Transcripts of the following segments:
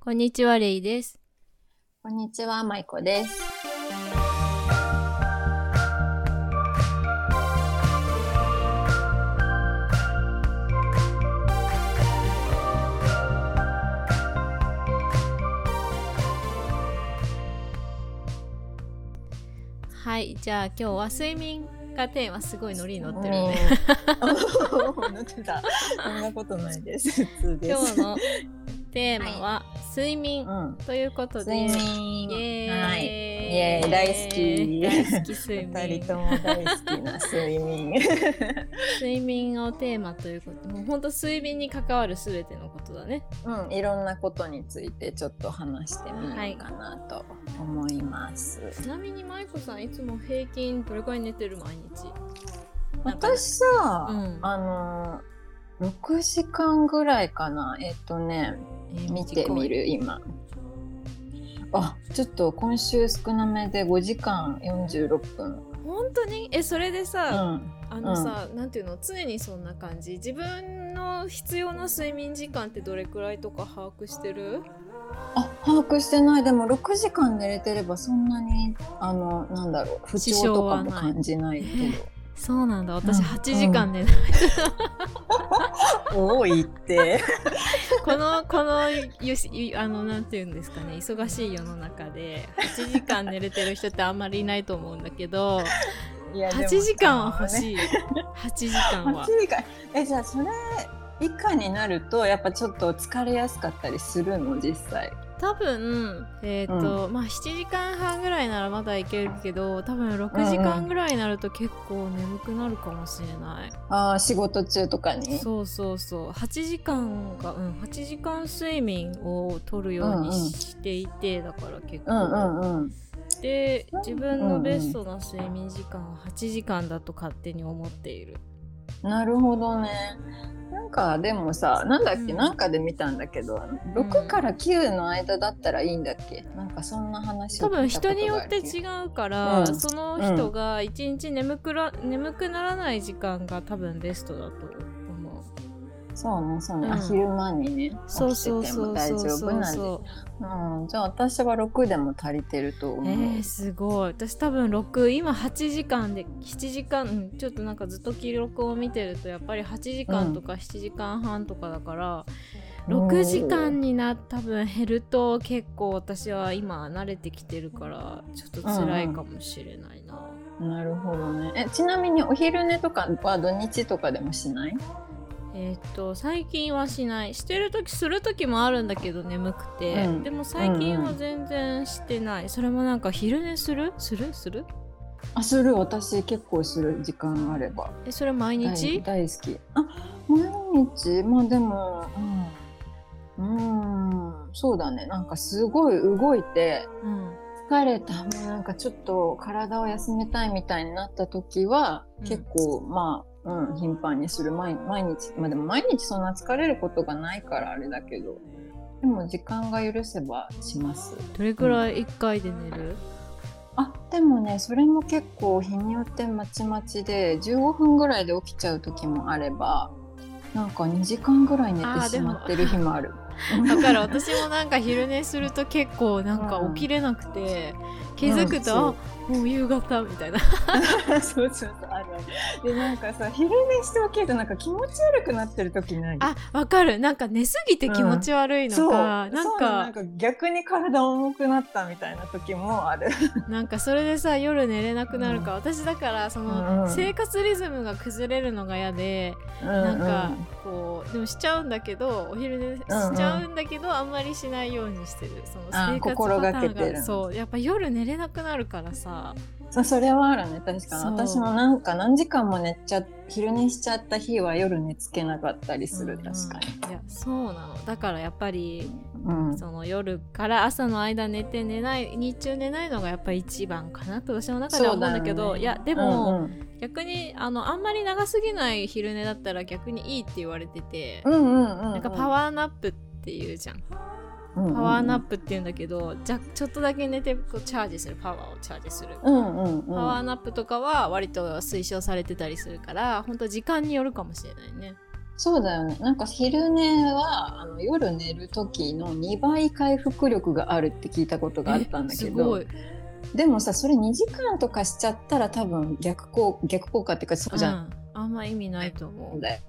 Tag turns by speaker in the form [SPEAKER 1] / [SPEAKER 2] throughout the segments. [SPEAKER 1] こんにちは、レイです。
[SPEAKER 2] こんにちは、まいこです。
[SPEAKER 1] はい、じゃあ今日は睡眠がテーマすごいノリに乗ってるね。
[SPEAKER 2] うん。乗ってた。そんなことないです。普通で
[SPEAKER 1] 今
[SPEAKER 2] す。
[SPEAKER 1] 日のテーマは睡眠
[SPEAKER 2] うん。
[SPEAKER 1] ということで、
[SPEAKER 2] 睡
[SPEAKER 1] イエー
[SPEAKER 2] 眠。
[SPEAKER 1] イ
[SPEAKER 2] はい。イエーイ大好き
[SPEAKER 1] 大好き睡
[SPEAKER 2] 二人
[SPEAKER 1] 眠
[SPEAKER 2] とも大好きな 睡眠。
[SPEAKER 1] 睡眠をテーマということもうほんと睡眠に関わる全てのことだね
[SPEAKER 2] うん、いろんなことについてちょっと話してみようかなと思います。
[SPEAKER 1] ちなみに舞子さんいつも平均どれくらい寝てる毎日なんか
[SPEAKER 2] 私さ、
[SPEAKER 1] うん
[SPEAKER 2] あの6時間ぐらいかなえっとね
[SPEAKER 1] えー
[SPEAKER 2] 見てみ
[SPEAKER 1] 短い
[SPEAKER 2] る今あちょっと今週少なめで5時間46分
[SPEAKER 1] 本当にえそれで
[SPEAKER 2] う
[SPEAKER 1] さ、
[SPEAKER 2] ん
[SPEAKER 1] あのさ、なんていうの常にそんな感じ自分の必要な睡眠時間ってどれくらいとか把握してる
[SPEAKER 2] あ把握してないでも6時間寝れてればそんなにあのなんだろう不調とか
[SPEAKER 1] 支障
[SPEAKER 2] も
[SPEAKER 1] はない
[SPEAKER 2] 感じないけど
[SPEAKER 1] そうなんだ
[SPEAKER 2] 私
[SPEAKER 1] 8
[SPEAKER 2] 8時間
[SPEAKER 1] 寝
[SPEAKER 2] 多 いって
[SPEAKER 1] このこのよしゆあのなんていうんですかね忙しい世の中で8時間寝れてる人ってあんまりいないと思うんだけど
[SPEAKER 2] いやでも
[SPEAKER 1] 8時間は欲
[SPEAKER 2] ね
[SPEAKER 1] しいよ8時 間
[SPEAKER 2] 8
[SPEAKER 1] は
[SPEAKER 2] 時間えじゃあそれ以下になるとやっぱちょっと疲れやすかったりするの実際
[SPEAKER 1] 多分えっ、と、まあ7時間半ぐらいならまだいけるけど多分6時間ぐらいになると結構眠くなるかもしれない、
[SPEAKER 2] あー仕事中とかに
[SPEAKER 1] そうそうそう8時間がうん8時間睡眠を取るようにしていて、だから結構、
[SPEAKER 2] うんうんうん
[SPEAKER 1] で自分のベストな睡眠時間は8時間だと勝手に思っている
[SPEAKER 2] なるほどねなんかでもさなんだっけ、
[SPEAKER 1] うん
[SPEAKER 2] なんかで見たんだけど6から9の間だったらいいんだっけなんかそんな話
[SPEAKER 1] 多
[SPEAKER 2] を聞
[SPEAKER 1] 分
[SPEAKER 2] いた
[SPEAKER 1] 人
[SPEAKER 2] ことがある
[SPEAKER 1] によって違うから、
[SPEAKER 2] うん
[SPEAKER 1] その人が一日眠くら眠くならない時間が多分ベストだと思う
[SPEAKER 2] そうねそうね、あ
[SPEAKER 1] うん
[SPEAKER 2] 昼間にね起
[SPEAKER 1] そう
[SPEAKER 2] きて
[SPEAKER 1] そう
[SPEAKER 2] て
[SPEAKER 1] そ
[SPEAKER 2] も
[SPEAKER 1] う
[SPEAKER 2] 大
[SPEAKER 1] そう
[SPEAKER 2] 丈夫
[SPEAKER 1] そう
[SPEAKER 2] なんで
[SPEAKER 1] そう
[SPEAKER 2] うん、じゃあ私は6でも足りてると思う、
[SPEAKER 1] えー、すごい私多分6今8時間で7時間うんちょっとなんかずっと記録を見てるとやっぱり8時間とか7時間半とかだから、6時間にな多分減ると結構私は今慣れてきてるからちょっと辛いかもしれないな、
[SPEAKER 2] なるほどねえちなみにお昼寝とかは土日とかでもしない
[SPEAKER 1] えーっと最近はしないしてる時する時もあるんだけど眠くて、
[SPEAKER 2] うん
[SPEAKER 1] でも最近は全然してない、それもなんか昼寝するするする
[SPEAKER 2] あする私結構する時間あれば
[SPEAKER 1] えそれ毎日、
[SPEAKER 2] 大大好きあ毎日まあでもうんうんそうだねなんかすごい動いて
[SPEAKER 1] うん
[SPEAKER 2] 疲れたもうなんかちょっと体を休めたいみたいになった時は、
[SPEAKER 1] うん
[SPEAKER 2] 結構まあ、うん、頻繁にする毎毎日まあでも毎日そんな疲れることがないからあれだけどでも時間が許せばします
[SPEAKER 1] どれくらい1回で寝る、
[SPEAKER 2] あでもねそれも結構日によってまちまちで15分ぐらいで起きちゃう時もあればなんか2時間ぐらい寝
[SPEAKER 1] あー
[SPEAKER 2] て
[SPEAKER 1] で
[SPEAKER 2] し
[SPEAKER 1] も
[SPEAKER 2] まってる日も ある。
[SPEAKER 1] だから私もなんか昼寝すると結構なんか
[SPEAKER 2] うん
[SPEAKER 1] 起きれなくて気づく
[SPEAKER 2] うん
[SPEAKER 1] と、あもう夕方みたいな
[SPEAKER 2] そうそうそうあるあるでなんかさ昼寝して起きるとなんか気持ち悪くなってる時ない
[SPEAKER 1] あわかるなんか寝すぎて気持ち悪いのか、な
[SPEAKER 2] そ
[SPEAKER 1] ん
[SPEAKER 2] うな
[SPEAKER 1] か
[SPEAKER 2] んか逆に体重くなったみたいな時もある。
[SPEAKER 1] なんかそれでさ夜寝れなくなるか、私だからその、
[SPEAKER 2] うん
[SPEAKER 1] 生活リズムが崩れるのが嫌でなんかこうでもしちゃうんだけどお昼寝しちゃうんだけど、あんまりしないようにしてるその
[SPEAKER 2] あー
[SPEAKER 1] 生活
[SPEAKER 2] 心
[SPEAKER 1] パタ
[SPEAKER 2] がけ
[SPEAKER 1] ーン
[SPEAKER 2] て
[SPEAKER 1] が
[SPEAKER 2] る
[SPEAKER 1] そうやっぱ夜寝れなくなるからさ
[SPEAKER 2] そそれはあるね確かに
[SPEAKER 1] そう
[SPEAKER 2] 私もなんか何時間も寝ちゃ昼寝しちゃった日は夜寝つけなかったりする、
[SPEAKER 1] うん
[SPEAKER 2] 確か
[SPEAKER 1] いやそうなのだからやっぱり
[SPEAKER 2] に。うん
[SPEAKER 1] その夜から朝の間寝て寝ない日中寝ないのがやっぱり一番かなと私の中では思うんだけ
[SPEAKER 2] そう
[SPEAKER 1] ど
[SPEAKER 2] だよね
[SPEAKER 1] いやでも、
[SPEAKER 2] うんうん
[SPEAKER 1] 逆にあのあんまり長すぎない昼寝だったら逆にいいって言われてて、
[SPEAKER 2] うんうんうん、
[SPEAKER 1] なんかパワーナップっていうじゃん
[SPEAKER 2] うんうんうん、
[SPEAKER 1] パワーナップっていうんだけど、じゃちょっとだけ寝てこうチャージするパワーをチャージする、
[SPEAKER 2] うんうんうん、
[SPEAKER 1] パワーナップとかは割と推奨されてたりするから本当時間によるかもしれないね
[SPEAKER 2] そうだよねなんか昼寝はあの夜寝る時の2倍回復力があるって聞いたことがあったんだけ
[SPEAKER 1] えすご
[SPEAKER 2] ど
[SPEAKER 1] い
[SPEAKER 2] でもさそれ2時間とかしちゃったら多分逆効逆効果っていうかそうじゃん、
[SPEAKER 1] うん、あんま意味ないと思う
[SPEAKER 2] だよ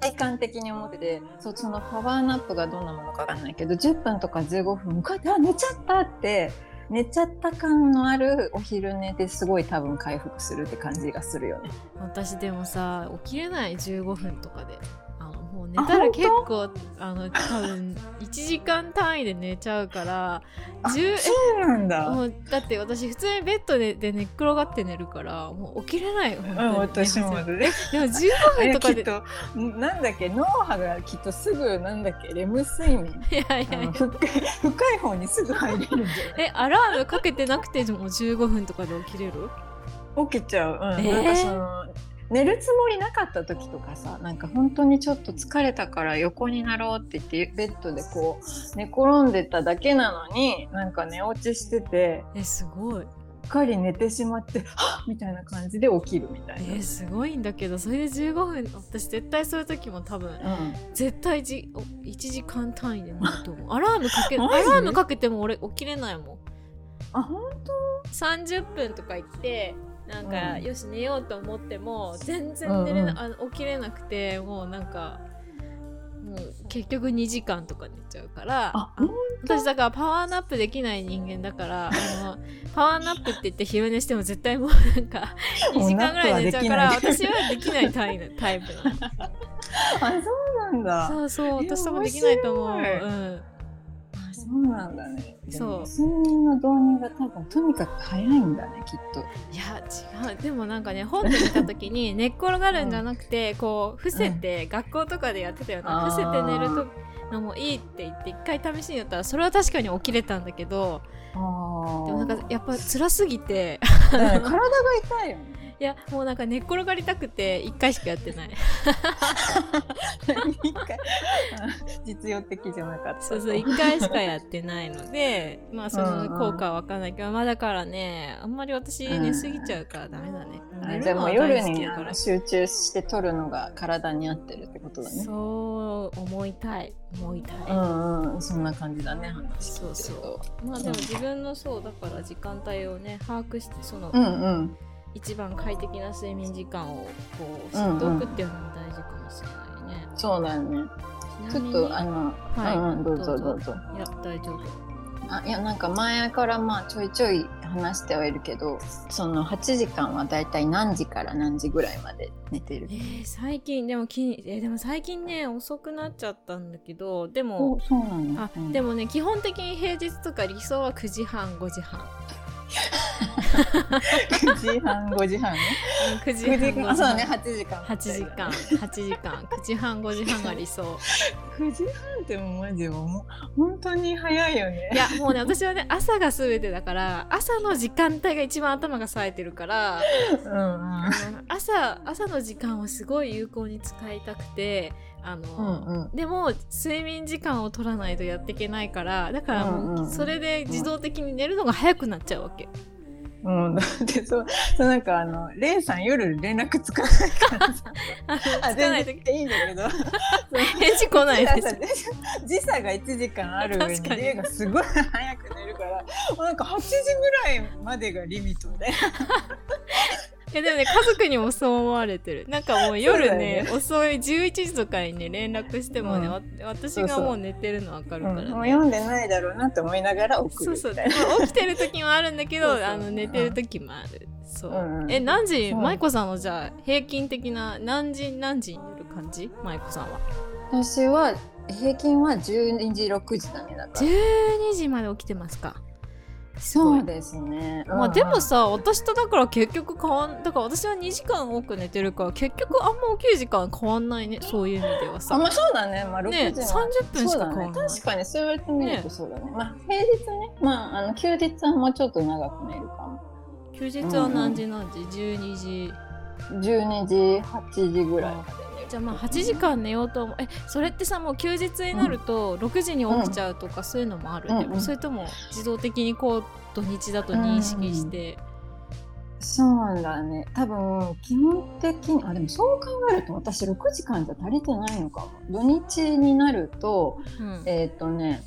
[SPEAKER 2] 体感的に思っててそうそのパワーナップがどんなものかわかんないけど10分とか15分こうやってあ寝ちゃったって寝ちゃった感のあるお昼寝ですごい多分回復するって感じがするよね。
[SPEAKER 1] 私でもさ起きれない15分とかであのもう寝たら結構あの多 分1時間単位で寝ちゃうから
[SPEAKER 2] あ
[SPEAKER 1] 10
[SPEAKER 2] そうなんだ
[SPEAKER 1] もうだって私普通にベッドでで寝っ転がって寝るからもう起きれない本当にでも
[SPEAKER 2] ね。
[SPEAKER 1] 15分とかで
[SPEAKER 2] きっとなんだっけ脳波がきっとすぐなんだっけレム睡眠
[SPEAKER 1] いやい
[SPEAKER 2] あ
[SPEAKER 1] やい
[SPEAKER 2] の
[SPEAKER 1] や
[SPEAKER 2] 深い 深い方にすぐ入れるんじゃない
[SPEAKER 1] えアラームかけてなくても15分とかで起きれる
[SPEAKER 2] 起きちゃう、うん
[SPEAKER 1] えー
[SPEAKER 2] なんかその寝るつもりなかった時とかさなんか本当にちょっと疲れたから横になろうって言ってベッドでこう寝転んでただけなのになんか寝落ちしてて
[SPEAKER 1] えすごいう
[SPEAKER 2] っかり寝てしまってはっみたいな感じで起きるみたいな。
[SPEAKER 1] えすごいんだけどそれで15分私絶対そういう時も多分
[SPEAKER 2] うん
[SPEAKER 1] 絶対じお1時間単位で寝ると 思うアラームかけア
[SPEAKER 2] マジ
[SPEAKER 1] ラームかけても俺起きれないもん
[SPEAKER 2] あ本
[SPEAKER 1] 30分とか行ってなんか、
[SPEAKER 2] うん
[SPEAKER 1] よし寝ようと思っても全然寝れな、あの起きれなくてもうなんかもう結局2時間とか寝ちゃうから
[SPEAKER 2] あ
[SPEAKER 1] あ私だからパワーナップできない人間だからあの パワーナップって言って昼寝しても絶対もうなん か2時間ぐらい寝ちゃうから
[SPEAKER 2] もうナップは
[SPEAKER 1] 私
[SPEAKER 2] できない
[SPEAKER 1] はできないタイプタイプなの。
[SPEAKER 2] 当 あそうなん だ。
[SPEAKER 1] そうそう、
[SPEAKER 2] えー
[SPEAKER 1] 私ともできないと思う。う
[SPEAKER 2] 面白い
[SPEAKER 1] ん。
[SPEAKER 2] あそうなんだね。
[SPEAKER 1] そう
[SPEAKER 2] でも睡眠の導入が多分とにかく早いんだね、きっと。
[SPEAKER 1] いや違うでもなんかね本で見た時に寝っ転がるんじゃなくて、こう伏せて、学校とかでやってたような
[SPEAKER 2] あー
[SPEAKER 1] 伏せて寝るとのもいいって言って一回試しにやったらそれは確かに起きれたんだけど
[SPEAKER 2] あ
[SPEAKER 1] でもなんかやっぱ辛すぎて
[SPEAKER 2] 体が痛いよね。
[SPEAKER 1] いやもうなんか寝っ転がりたくて一回しかやってない
[SPEAKER 2] 一回実用的じゃなかった。
[SPEAKER 1] そうそう一回しかやってないのでまあその
[SPEAKER 2] うんうん
[SPEAKER 1] 効果はわかんないけどまあだからねあんまり私寝すぎちゃうからダメだね、寝るのは
[SPEAKER 2] あじゃあもう夜
[SPEAKER 1] 大好き
[SPEAKER 2] に
[SPEAKER 1] だか
[SPEAKER 2] あ
[SPEAKER 1] ら
[SPEAKER 2] の集中して取るのが体に合ってるってことだね。
[SPEAKER 1] そう思いたい思いたい、
[SPEAKER 2] うんうん、そんな感じだね、話
[SPEAKER 1] そう
[SPEAKER 2] 聞いてる
[SPEAKER 1] そ
[SPEAKER 2] と。
[SPEAKER 1] うまあでも自分のそうだから時間帯をね把握してその
[SPEAKER 2] うんうん。
[SPEAKER 1] 一番快適な睡眠時間をこう知
[SPEAKER 2] うんうん
[SPEAKER 1] っておくっていうのも大事かもしれないね、
[SPEAKER 2] そうだよね。
[SPEAKER 1] ち
[SPEAKER 2] ち
[SPEAKER 1] な
[SPEAKER 2] ょ
[SPEAKER 1] みに
[SPEAKER 2] っとあの、
[SPEAKER 1] はい
[SPEAKER 2] うんうん、どうぞ
[SPEAKER 1] ど
[SPEAKER 2] ど
[SPEAKER 1] う
[SPEAKER 2] うぞ。
[SPEAKER 1] いや大丈夫
[SPEAKER 2] あいやなんか前からまあちょいちょい話してはいるけどその8時間はだいたい何時から何時ぐらいまで寝てる
[SPEAKER 1] えー最近でも気に、えーでも最近ね遅くなっちゃったんだけどでも
[SPEAKER 2] おそうなんだ
[SPEAKER 1] あ
[SPEAKER 2] うん
[SPEAKER 1] でもね基本的に平日とか理想は9時半5時半
[SPEAKER 2] 9時半5時半ね
[SPEAKER 1] うん9時半
[SPEAKER 2] 9時
[SPEAKER 1] 5
[SPEAKER 2] 半あ
[SPEAKER 1] 時
[SPEAKER 2] そうだ
[SPEAKER 1] 半
[SPEAKER 2] ね8時間
[SPEAKER 1] 8時間8時間9時半5時半が理想
[SPEAKER 2] 9時半ってもうマジでもう本当に早いよね
[SPEAKER 1] いやもうね私はね朝が全てだから朝の時間帯が一番頭が冴えてるから
[SPEAKER 2] うんうん
[SPEAKER 1] あの朝朝の時間をすごい有効に使いたくてあ
[SPEAKER 2] う
[SPEAKER 1] の、
[SPEAKER 2] んうん
[SPEAKER 1] でも睡眠時間を取らないとやっていけないからだからもう、
[SPEAKER 2] うんうんうん
[SPEAKER 1] それで自動的に寝るのが早くなっちゃうわけ。
[SPEAKER 2] もうだってそうそうなんかあのレイさん夜連絡つかないからさ
[SPEAKER 1] あの
[SPEAKER 2] あ
[SPEAKER 1] つかない時
[SPEAKER 2] 全然いいんだけど
[SPEAKER 1] 返事来ないです。
[SPEAKER 2] 時差が1時間ある上
[SPEAKER 1] 確
[SPEAKER 2] に
[SPEAKER 1] かに
[SPEAKER 2] レイがすごい早く寝るからもうなんか8時ぐらいまでがリミットで
[SPEAKER 1] いやでもね家族にもそう思われてるなんかもう
[SPEAKER 2] そうだ
[SPEAKER 1] 夜
[SPEAKER 2] よ
[SPEAKER 1] ね
[SPEAKER 2] ね
[SPEAKER 1] 遅い11時とかにね連絡してもね、
[SPEAKER 2] うん
[SPEAKER 1] わ私がもう寝てるの分かるからね、
[SPEAKER 2] もう読んでないだろうなって思いながら送
[SPEAKER 1] そ
[SPEAKER 2] る
[SPEAKER 1] う
[SPEAKER 2] み
[SPEAKER 1] そう
[SPEAKER 2] た
[SPEAKER 1] で
[SPEAKER 2] いな
[SPEAKER 1] も起きてる時もあるんだけど
[SPEAKER 2] そうそう
[SPEAKER 1] あの寝てる時もあるそう、
[SPEAKER 2] うんうん
[SPEAKER 1] え何時
[SPEAKER 2] そう
[SPEAKER 1] 舞子さんのじゃあ平均的な何時何時に寝る感じ舞子さんは
[SPEAKER 2] 私は平均は12時6時だねだから
[SPEAKER 1] 12時まで起きてますか
[SPEAKER 2] そうですね、
[SPEAKER 1] まあ
[SPEAKER 2] うん
[SPEAKER 1] でもさ私とだから結局変わんだから私は2時間多く寝てるから結局あんま起きる時間変わんないねそういう意味では
[SPEAKER 2] あ
[SPEAKER 1] さ
[SPEAKER 2] まあそうだねまあ6時
[SPEAKER 1] ね
[SPEAKER 2] は、
[SPEAKER 1] 30分しか変わんな
[SPEAKER 2] そうだね
[SPEAKER 1] い
[SPEAKER 2] 確かにそう言われてみるとそうだねまあ平日ねまああの休日はもうちょっと長く寝るかも
[SPEAKER 1] 休日は何時何時12時
[SPEAKER 2] 12時8時ぐらいまで寝る
[SPEAKER 1] じゃあまあ8時間寝ようと思うえそれってさもう休日になると6時に起きちゃうとかそういうのもある、
[SPEAKER 2] うん
[SPEAKER 1] でも
[SPEAKER 2] うん
[SPEAKER 1] それとも自動的にこう土日だと認識して、
[SPEAKER 2] そうだね多分基本的にあでもそう考えると私6時間じゃ足りてないのかも土日になると
[SPEAKER 1] うん
[SPEAKER 2] えっ、とね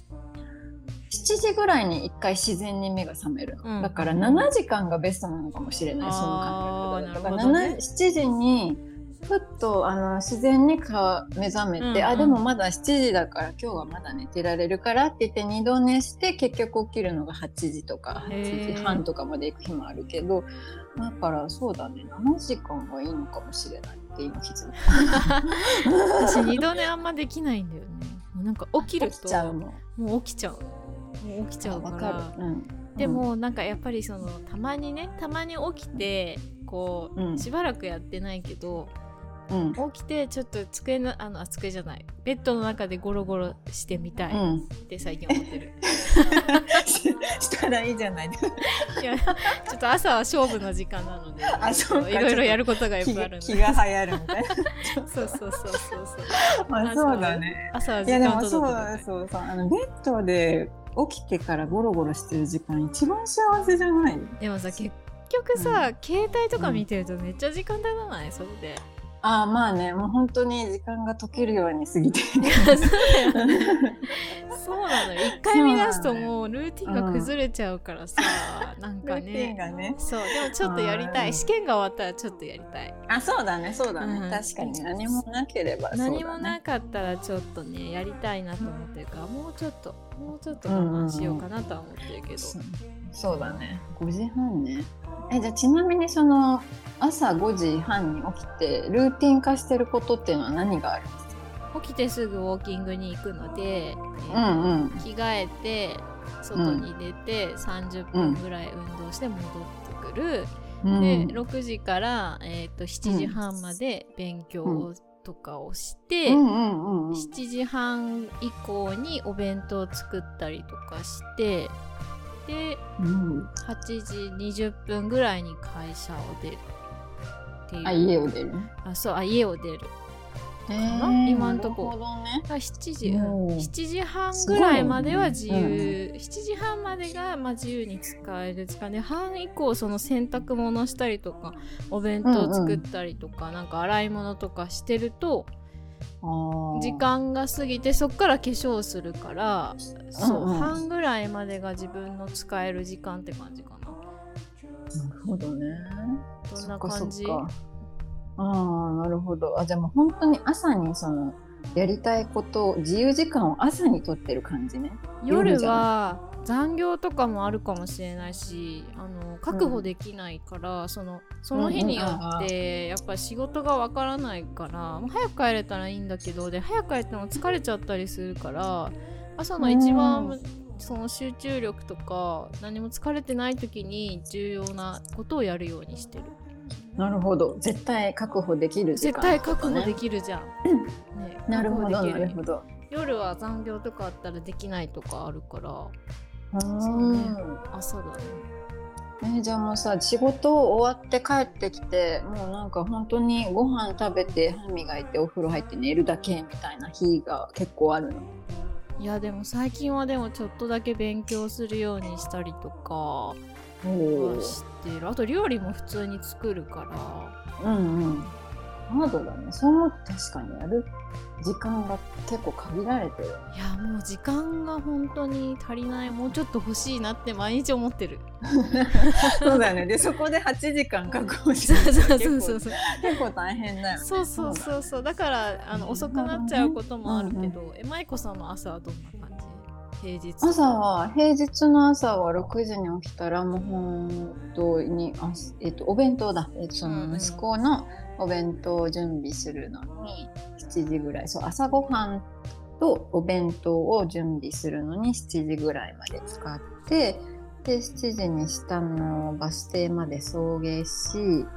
[SPEAKER 2] 7時ぐらいに1回自然に目が覚めるの、
[SPEAKER 1] うん
[SPEAKER 2] だから7時間がベストなのかもしれない、そ
[SPEAKER 1] あー
[SPEAKER 2] の考え方
[SPEAKER 1] な
[SPEAKER 2] だとだか
[SPEAKER 1] るほど
[SPEAKER 2] ら、
[SPEAKER 1] ね
[SPEAKER 2] 7 7時にふっとあの自然にか目覚めて、
[SPEAKER 1] うんうん
[SPEAKER 2] あでもまだ7時だから今日はまだ寝てられるからって言って二度寝して結局起きるのが8時とか
[SPEAKER 1] へー
[SPEAKER 2] 8時半とかまで行く日もあるけどだからそうだね7時間がいいのかもしれないって今気づいた。
[SPEAKER 1] 私二度寝あんまできないんだよねもうなんか起きる
[SPEAKER 2] 起きちゃう
[SPEAKER 1] と
[SPEAKER 2] もん。
[SPEAKER 1] もう起きちゃうもう起きちゃうか
[SPEAKER 2] わ
[SPEAKER 1] ら
[SPEAKER 2] かる。うん、
[SPEAKER 1] でもなんかやっぱりそのたまにねたまに起きてこう、
[SPEAKER 2] うん
[SPEAKER 1] しばらくやってないけど
[SPEAKER 2] うん、うん
[SPEAKER 1] 起きてちょっと机のあのあ机じゃないベッドの中でゴロゴロしてみたいっ
[SPEAKER 2] うん
[SPEAKER 1] て最近思ってる、
[SPEAKER 2] し したらいいじゃないですか。
[SPEAKER 1] いやちょっと朝は勝負の時間な ので
[SPEAKER 2] あそうか
[SPEAKER 1] いろいろやることがよ
[SPEAKER 2] 気
[SPEAKER 1] くあ
[SPEAKER 2] が
[SPEAKER 1] るの
[SPEAKER 2] 気
[SPEAKER 1] で
[SPEAKER 2] が流行るみたい
[SPEAKER 1] そうそうそうそうそう
[SPEAKER 2] な。まあそうだね。
[SPEAKER 1] 朝はい時
[SPEAKER 2] やで
[SPEAKER 1] 間
[SPEAKER 2] も
[SPEAKER 1] と
[SPEAKER 2] そ
[SPEAKER 1] ど
[SPEAKER 2] う
[SPEAKER 1] こ
[SPEAKER 2] そうそうあのベッドで起きてからゴロゴロしてる時間一番幸せじゃない。
[SPEAKER 1] でもさ結局さ、携帯とか見てるとめっちゃ時間足らないそれで
[SPEAKER 2] ああまあねもう本当に時間が解けるように過ぎて。
[SPEAKER 1] そうなのよ一回見出すともうルーティンが崩れちゃうからさ、なん
[SPEAKER 2] ル
[SPEAKER 1] か
[SPEAKER 2] ーティン
[SPEAKER 1] ね
[SPEAKER 2] がね。
[SPEAKER 1] そうでもちょっとやりた
[SPEAKER 2] う
[SPEAKER 1] い
[SPEAKER 2] ん
[SPEAKER 1] 試験が終わったらちょっとやりたい
[SPEAKER 2] あそうだねそうだね、
[SPEAKER 1] うん
[SPEAKER 2] 確かに何もなければそうだね。
[SPEAKER 1] 何もなかったらちょっとねやりたいなと思ってるからもうちょっともうちょっと我慢しようかなとは思ってるけど、
[SPEAKER 2] そうそうだね5時半ねえじゃあちなみにその朝5時半に起きてルーティン化してることっていうのは何があるんですか
[SPEAKER 1] 起きてすぐウォーキングに行くので、え
[SPEAKER 2] う
[SPEAKER 1] ー
[SPEAKER 2] んうん
[SPEAKER 1] 着替えて外に出て30分ぐらい運動して戻ってくる、
[SPEAKER 2] うん
[SPEAKER 1] で6時から、えー、と7時半まで勉強とかをして、
[SPEAKER 2] うんうんうんうん
[SPEAKER 1] 7時半以降にお弁当作ったりとかしてで
[SPEAKER 2] うん
[SPEAKER 1] 8時20分ぐらいに会社を出るっていう
[SPEAKER 2] あ家を出る
[SPEAKER 1] あそうあ家を出る
[SPEAKER 2] え
[SPEAKER 1] ー今んとこ
[SPEAKER 2] なるほどね
[SPEAKER 1] だから7時、うん
[SPEAKER 2] おー
[SPEAKER 1] 7時半ぐらいまでは自
[SPEAKER 2] す
[SPEAKER 1] 由、
[SPEAKER 2] ごいね
[SPEAKER 1] 7時半までがまあ自由に使える時間で半以降その洗濯物したりとかお弁当作ったりとか、なんか洗い物とかしてると
[SPEAKER 2] あー
[SPEAKER 1] 時間が過ぎてそっから化粧するからそう、
[SPEAKER 2] うんうん
[SPEAKER 1] 半ぐらいまでが自分の使える時間って感じかな
[SPEAKER 2] なるほどね
[SPEAKER 1] どんな感じ
[SPEAKER 2] そっかそっかああなるほどあじゃあもう本当に朝にそのやりたいことを自由時間を朝にとってる感じね
[SPEAKER 1] 夜は残業とかもあるかもしれないしあの確保できないから、そのその日によってやっぱ仕事がわからないから、もう早く帰れたらいいんだけどで早く帰っても疲れちゃったりするから朝の一番、
[SPEAKER 2] うん
[SPEAKER 1] その集中力とか何も疲れてない時に重要なことをやるようにしてる
[SPEAKER 2] なるほど絶対確保できる時
[SPEAKER 1] 絶
[SPEAKER 2] 間
[SPEAKER 1] 対確保できるじゃん、ね
[SPEAKER 2] なるほど
[SPEAKER 1] 確保で
[SPEAKER 2] な
[SPEAKER 1] き
[SPEAKER 2] るほど
[SPEAKER 1] 夜は残業とかあったらできないとかあるから
[SPEAKER 2] うん
[SPEAKER 1] 朝だね
[SPEAKER 2] えじゃあもうさ仕事終わって帰ってきてもうなんか本当にご飯食べて歯磨いてお風呂入って寝るだけみたいな日が結構あるの
[SPEAKER 1] いやでも最近はでもちょっとだけ勉強するようにしたりとかはしてるあと料理も普通に作るから
[SPEAKER 2] うんうんハードだねそう思うと確かにやる時間が結構限られてる
[SPEAKER 1] いやもう時間が本当に足りないもうちょっと欲しいなって毎日思ってる
[SPEAKER 2] そうだよねでそこで8時間確保し
[SPEAKER 1] そうそう
[SPEAKER 2] 結
[SPEAKER 1] そうそ
[SPEAKER 2] 構
[SPEAKER 1] うそう
[SPEAKER 2] 結構大変だよね
[SPEAKER 1] そうそうそうそうだからあの遅くなっちゃうこともあるけどえ舞子さんの朝はどんな感じ平日
[SPEAKER 2] 朝は平日の朝は6時に起きたらもう本当にあ、えっとお弁当だ、えっとそ
[SPEAKER 1] うんう
[SPEAKER 2] の
[SPEAKER 1] ん
[SPEAKER 2] 息子のお弁当を準備するのに7時ぐらいそう朝ごはんとお弁当を準備するのに7時ぐらいまで使ってで7時に下のバス停まで送迎し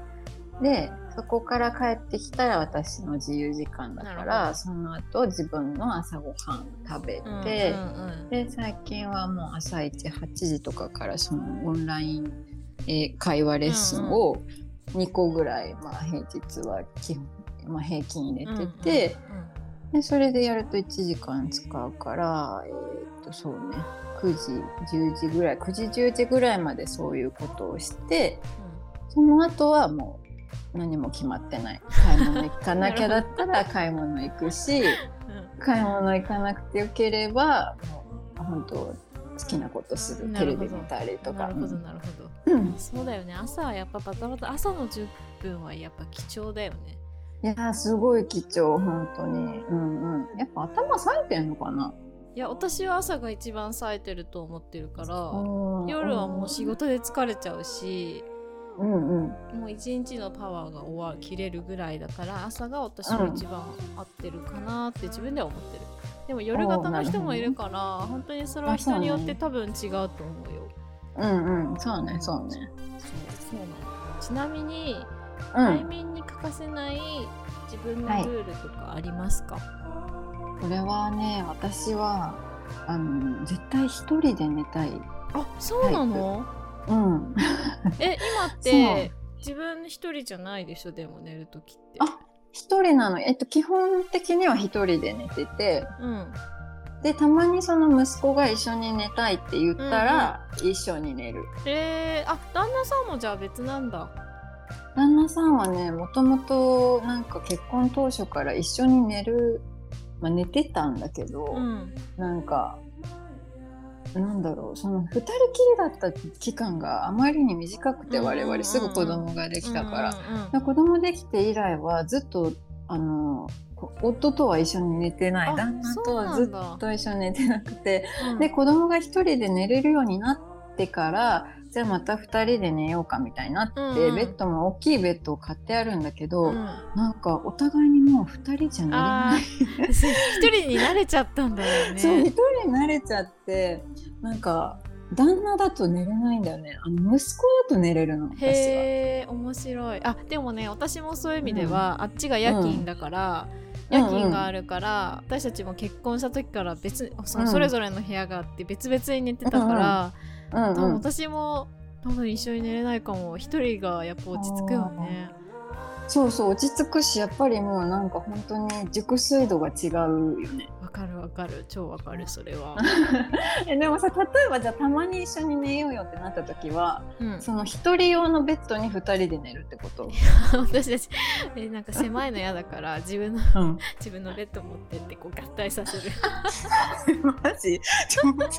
[SPEAKER 2] でそこから帰ってきたら私の自由時間だか
[SPEAKER 1] なるほ
[SPEAKER 2] らその後自分の朝ごはんを食べて。
[SPEAKER 1] うんうん
[SPEAKER 2] で最近はもう朝一8時とかからそのオンライン、えー会話レッスンを2個ぐらい、まあ、平日は基本、まあ、平均入
[SPEAKER 1] う
[SPEAKER 2] れ
[SPEAKER 1] ん
[SPEAKER 2] てて、
[SPEAKER 1] うんうん
[SPEAKER 2] でそれでやると1時間使うから、えーっとそうね9時10時ぐらい9時10時ぐらいまでそういうことをしてその後はもう何も決まってない買い物行かなきゃだったら買い物行くし買い物行かなくてよければもう本当好きなことする
[SPEAKER 1] な
[SPEAKER 2] テ
[SPEAKER 1] る
[SPEAKER 2] レ
[SPEAKER 1] ほど
[SPEAKER 2] ビ見たりと
[SPEAKER 1] な
[SPEAKER 2] か
[SPEAKER 1] るほどなるほど
[SPEAKER 2] うんうん
[SPEAKER 1] そうだよね朝はやっぱバタバタ朝の10分はやっぱ貴重だよね
[SPEAKER 2] いやーすごい貴重本当にうんうんやっぱ頭冴えてんのかない
[SPEAKER 1] や私は朝が一番冴えてると思ってるから
[SPEAKER 2] うん
[SPEAKER 1] 夜はもう仕事で疲れちゃうし
[SPEAKER 2] うんうん
[SPEAKER 1] もう一日のパワーが終わ切れるぐらいだから朝が私は一番合ってるかなって自分では思ってるでも夜型の人もいるから本当にそれは人によって多分違うと思うよ
[SPEAKER 2] うんうんそうねそうね
[SPEAKER 1] そうそうなのちなみに
[SPEAKER 2] う
[SPEAKER 1] 対
[SPEAKER 2] ん
[SPEAKER 1] 面に欠かせない自分の
[SPEAKER 2] はい
[SPEAKER 1] ルールとかありますか、
[SPEAKER 2] これはね私はあの絶対一人で寝たい
[SPEAKER 1] あそうなの、
[SPEAKER 2] うん
[SPEAKER 1] え今っ
[SPEAKER 2] そう
[SPEAKER 1] て自分一人じゃないでしょでも寝る時って
[SPEAKER 2] あ一人なの、えっと、基本的には一人で寝てて
[SPEAKER 1] うん
[SPEAKER 2] でたまにその息子が一緒に寝たいって言ったら、一緒に寝る
[SPEAKER 1] えー、あ旦那さんもじゃあ別なんだ
[SPEAKER 2] 旦那さんはねもともとなんか結婚当初から一緒に寝る、まあ、寝てたんだけど、
[SPEAKER 1] うん
[SPEAKER 2] なんかなんだろうその2人きりだった期間があまりに短くて
[SPEAKER 1] うんうんうん
[SPEAKER 2] 我々すぐ子供ができたから、
[SPEAKER 1] うんうん
[SPEAKER 2] で子供できて以来はずっとあのこ夫とは一緒に寝てな
[SPEAKER 1] あ
[SPEAKER 2] い旦那とは
[SPEAKER 1] そう
[SPEAKER 2] ず
[SPEAKER 1] な
[SPEAKER 2] っ
[SPEAKER 1] んだ
[SPEAKER 2] と一緒に寝てなくて
[SPEAKER 1] うん
[SPEAKER 2] で子供が一人で寝れるようになってからじゃあまた二人で寝ようかみたいになって、
[SPEAKER 1] うんうん
[SPEAKER 2] ベッドも大きいベッドを買ってあるんだけど、
[SPEAKER 1] うん
[SPEAKER 2] なんかお互いにもう二人じゃ寝れない
[SPEAKER 1] あ ーそう一人に慣れちゃったんだよね
[SPEAKER 2] そう一人に慣れちゃってなんか旦那だと寝れないんだよねあの息子だと寝れるの私は
[SPEAKER 1] へえ面白いあでもね私もそういう意味では、あっちが夜勤だから、
[SPEAKER 2] うん
[SPEAKER 1] 夜勤があるから、私たちも結婚した時から別その
[SPEAKER 2] うん
[SPEAKER 1] それぞれの部屋があって別々に寝てたから、
[SPEAKER 2] うん
[SPEAKER 1] 多分
[SPEAKER 2] うん、
[SPEAKER 1] 私も多分一緒に寝れないかも一人がやっぱ落ち着くよね
[SPEAKER 2] そうそう落ち着くしやっぱりもうなんか本当に熟睡度が違うよね
[SPEAKER 1] わかるわかる超わかるそれは、
[SPEAKER 2] えでもさ例えばじゃあたまに一緒に寝ようよってなった時は
[SPEAKER 1] うん、
[SPEAKER 2] その一人用のベッドに二人で寝るってこと、
[SPEAKER 1] 私たちえなんか狭いの嫌だから自分の
[SPEAKER 2] うん、
[SPEAKER 1] 自分のベッド持ってってこう合体させる
[SPEAKER 2] マ ジちょっとえ持っ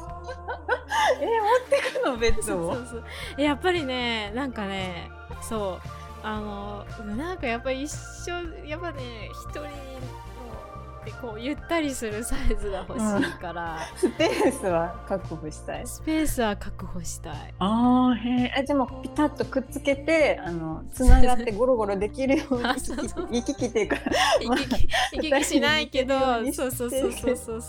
[SPEAKER 2] てくのベッド
[SPEAKER 1] そ
[SPEAKER 2] を
[SPEAKER 1] うそうえやっぱりねなんかねそうあのなんかやっぱ一緒やっぱね一人のでこうゆったりするサイズが欲しいから、
[SPEAKER 2] スペースは確保したい
[SPEAKER 1] スペースは確保したい
[SPEAKER 2] ああへえ。あじゃあもうピタッとくっつけてあのつながってゴロゴロできるように
[SPEAKER 1] あそうそう
[SPEAKER 2] 行 き来っていうか。
[SPEAKER 1] 行き来行き来しないけど
[SPEAKER 2] 二人
[SPEAKER 1] そう
[SPEAKER 2] で
[SPEAKER 1] そうそうそうそうそう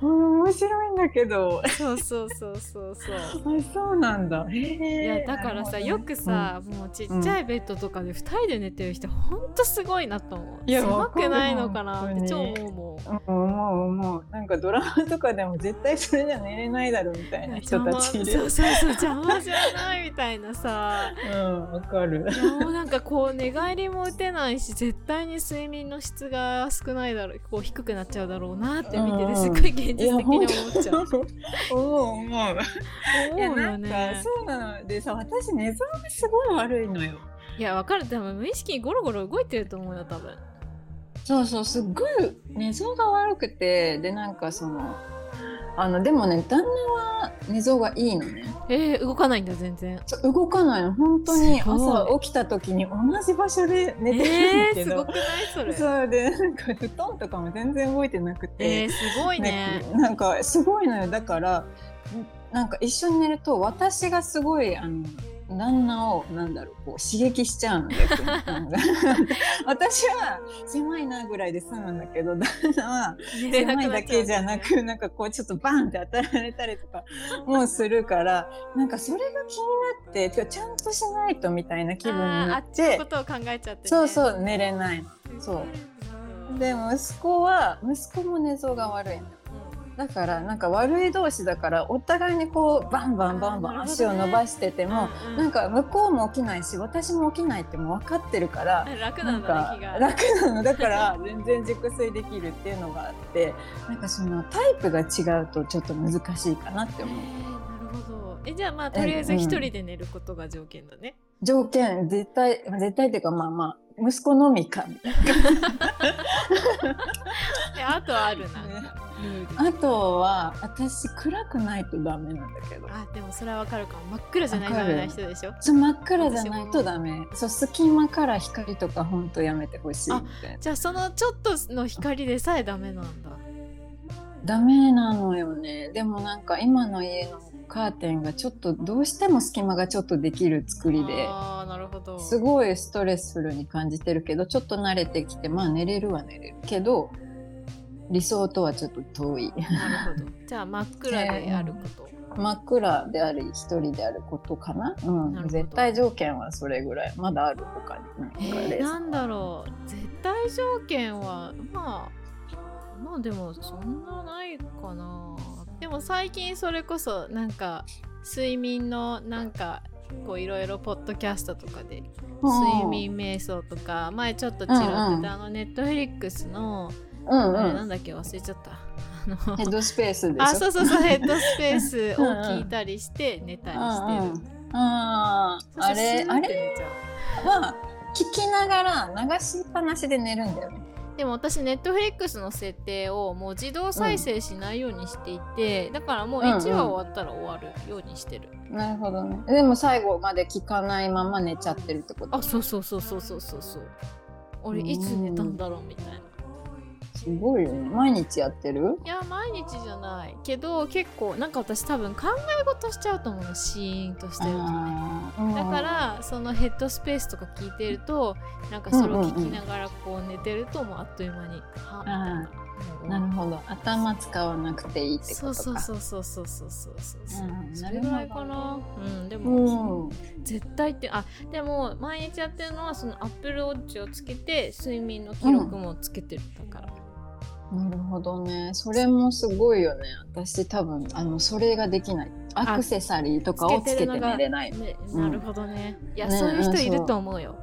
[SPEAKER 1] そう
[SPEAKER 2] うん面白いんだけど。あ
[SPEAKER 1] そうそうそうそうそう
[SPEAKER 2] そうなんだ。へ
[SPEAKER 1] い
[SPEAKER 2] え。
[SPEAKER 1] やだからさ
[SPEAKER 2] なるほどね
[SPEAKER 1] よくさ、もうちっちゃいベッドとかで2人で寝てる人ほんとすごいなと思う
[SPEAKER 2] いや
[SPEAKER 1] 狭くないのか
[SPEAKER 2] わ
[SPEAKER 1] な
[SPEAKER 2] か
[SPEAKER 1] っ
[SPEAKER 2] る
[SPEAKER 1] て
[SPEAKER 2] 本
[SPEAKER 1] 超
[SPEAKER 2] 当に
[SPEAKER 1] 思うもん
[SPEAKER 2] うん思う思うなんかドラマとかでも絶対それじゃ寝れないだろうみたいな人た ちい
[SPEAKER 1] 邪魔
[SPEAKER 2] る
[SPEAKER 1] そうそうそう邪魔じ ゃないみたいなさ
[SPEAKER 2] うんわかる
[SPEAKER 1] いやもうなんかこう寝返りも打てないし絶対に睡眠の質が少ないだろうこう低くなっちゃうだろうなって見て
[SPEAKER 2] うんう
[SPEAKER 1] て
[SPEAKER 2] ん
[SPEAKER 1] すっごい現実的
[SPEAKER 2] い
[SPEAKER 1] に
[SPEAKER 2] や
[SPEAKER 1] 思
[SPEAKER 2] 本
[SPEAKER 1] っちゃう
[SPEAKER 2] 当思う思ういや
[SPEAKER 1] 思う
[SPEAKER 2] な
[SPEAKER 1] よ
[SPEAKER 2] んか
[SPEAKER 1] ね
[SPEAKER 2] そうなのでさ私寝相がすごい悪いのよ
[SPEAKER 1] いやわかる多分無意識にゴロゴロ動いてると思うよ多分
[SPEAKER 2] そうそうすっごい寝相が悪くてでなんかそのあのでもね旦那は寝相がいいのね
[SPEAKER 1] えー、動かないんだ全然
[SPEAKER 2] そう動かないの本当に
[SPEAKER 1] すごい
[SPEAKER 2] 朝起きた時に同じ場所で寝
[SPEAKER 1] え
[SPEAKER 2] てる
[SPEAKER 1] ー、
[SPEAKER 2] んだけ
[SPEAKER 1] すご
[SPEAKER 2] ど、
[SPEAKER 1] くないそれ
[SPEAKER 2] そうでなんか布団とかも全然動いてなく
[SPEAKER 1] え
[SPEAKER 2] て、
[SPEAKER 1] ー、すごいね
[SPEAKER 2] なんかなんかすごいのよだからなんか一緒に寝ると私がすごいあの旦那をなんだろうこう刺激しちゃう の逆になんか私は狭いなぐらいで済むんだけど旦那は
[SPEAKER 1] 寝れな
[SPEAKER 2] 狭
[SPEAKER 1] く
[SPEAKER 2] い
[SPEAKER 1] なっち
[SPEAKER 2] だ
[SPEAKER 1] ゃう
[SPEAKER 2] けじゃなくなんかこうちょっとバンって当たられたりとかもうするからなんかそれが気になっててかちゃんとしないとみたいな気分にな
[SPEAKER 1] あーあ
[SPEAKER 2] っ
[SPEAKER 1] っち
[SPEAKER 2] て
[SPEAKER 1] のことを考えちゃって、ね、
[SPEAKER 2] そうそう寝れないの。そう
[SPEAKER 1] うん
[SPEAKER 2] で息子は息子も寝相が悪いのだからなんか悪い同士だからお互いにこうバンバンバンバン
[SPEAKER 1] あーなるほどね
[SPEAKER 2] 足を伸ばしてても
[SPEAKER 1] うん
[SPEAKER 2] なんか向こうも起きないし私も起きないってもう分かってるから
[SPEAKER 1] 楽
[SPEAKER 2] な
[SPEAKER 1] なんんだね
[SPEAKER 2] か
[SPEAKER 1] 気が
[SPEAKER 2] 楽なのだから全然熟睡できるっていうのがあってなんかそのタイプが違うとちょっと難しいかなって
[SPEAKER 1] え
[SPEAKER 2] 思う。
[SPEAKER 1] ーなるほどえじゃあまあとりあえず一人で寝ることが条件だね、
[SPEAKER 2] 条件絶対絶対っていうかまあまあ息子のみかみたい
[SPEAKER 1] えあとはあるななんかルール
[SPEAKER 2] なあとは私暗くないとダメなんだけど
[SPEAKER 1] あでもそれはわかるかも真っ暗じゃないとダメな人でしょ
[SPEAKER 2] そう真っ暗じゃないとダメそう隙間から光とかほんとやめてほしいみたいな
[SPEAKER 1] じゃあそのちょっとの光でさえダメなんだ
[SPEAKER 2] ダメなのよねでもなんか今の家のカーテンがちょっとどうしても隙間がちょっとできる作りで
[SPEAKER 1] ああなるほど
[SPEAKER 2] すごいストレスフルに感じてるけどちょっと慣れてきてまあ寝れるは寝れるけど理想とはちょっと遠い
[SPEAKER 1] なるほどじゃあ真っ暗であること、
[SPEAKER 2] 真っ暗であり一人であることかな,、う
[SPEAKER 1] なる
[SPEAKER 2] ん、
[SPEAKER 1] ほど
[SPEAKER 2] 絶対条件はそれぐらいまだある他
[SPEAKER 1] え
[SPEAKER 2] に、うん
[SPEAKER 1] ー、なんだろう絶対条件はまあまあでもそんなないかなでも最近それこそなんか睡眠のなんかこういろいろポッドキャストとかで睡眠瞑想とか前ちょっとチロってた、
[SPEAKER 2] うんうん
[SPEAKER 1] あのネットフリックスの、
[SPEAKER 2] うんう
[SPEAKER 1] あれなんんだっけ忘れちゃったあ
[SPEAKER 2] ヘッ
[SPEAKER 1] の
[SPEAKER 2] ドスペースでしょ
[SPEAKER 1] あそうそう そうヘッドスペースを聞いたりして寝たりしてる、
[SPEAKER 2] うんうんあーあれあれ
[SPEAKER 1] れ
[SPEAKER 2] は聞きながら流しっぱなしで寝るんだよね
[SPEAKER 1] でも私ネットフリックスの設定をもう自動再生しないようにしていて、だからもう1話終わったら終わるようにしてる、
[SPEAKER 2] なるほどねでも最後まで聞かないまま寝ちゃってるってこと
[SPEAKER 1] あそうそうそうそうそうそうそう俺いつ寝たんだろうみたいな、
[SPEAKER 2] すごいよね毎日やってる
[SPEAKER 1] いや毎日じゃないけど結構なんか私多分考え事しちゃうと思うのシーンとしてるとね
[SPEAKER 2] あーうん
[SPEAKER 1] だからそのヘッドスペースとか聞いてるとなんかそれを聞きながらこう寝てるともうあっという間にはみたいなもう
[SPEAKER 2] なるほど頭使わなくていいってこと
[SPEAKER 1] そ
[SPEAKER 2] か
[SPEAKER 1] うそうそうそうそうそうそうそう、
[SPEAKER 2] うん
[SPEAKER 1] それぐらいかなうんでも、
[SPEAKER 2] うん
[SPEAKER 1] 絶対ってあでも毎日やってるのはそのアップルウォッチをつけて睡眠の記録もつけてるだから、
[SPEAKER 2] なるほどねそれもすごいよね私多分あのそれができないアクセサリーとかをつけて寝れない
[SPEAKER 1] ね
[SPEAKER 2] うん
[SPEAKER 1] なるほどね、いや、
[SPEAKER 2] ね
[SPEAKER 1] そういう
[SPEAKER 2] うん
[SPEAKER 1] 人
[SPEAKER 2] そう
[SPEAKER 1] いると思うよ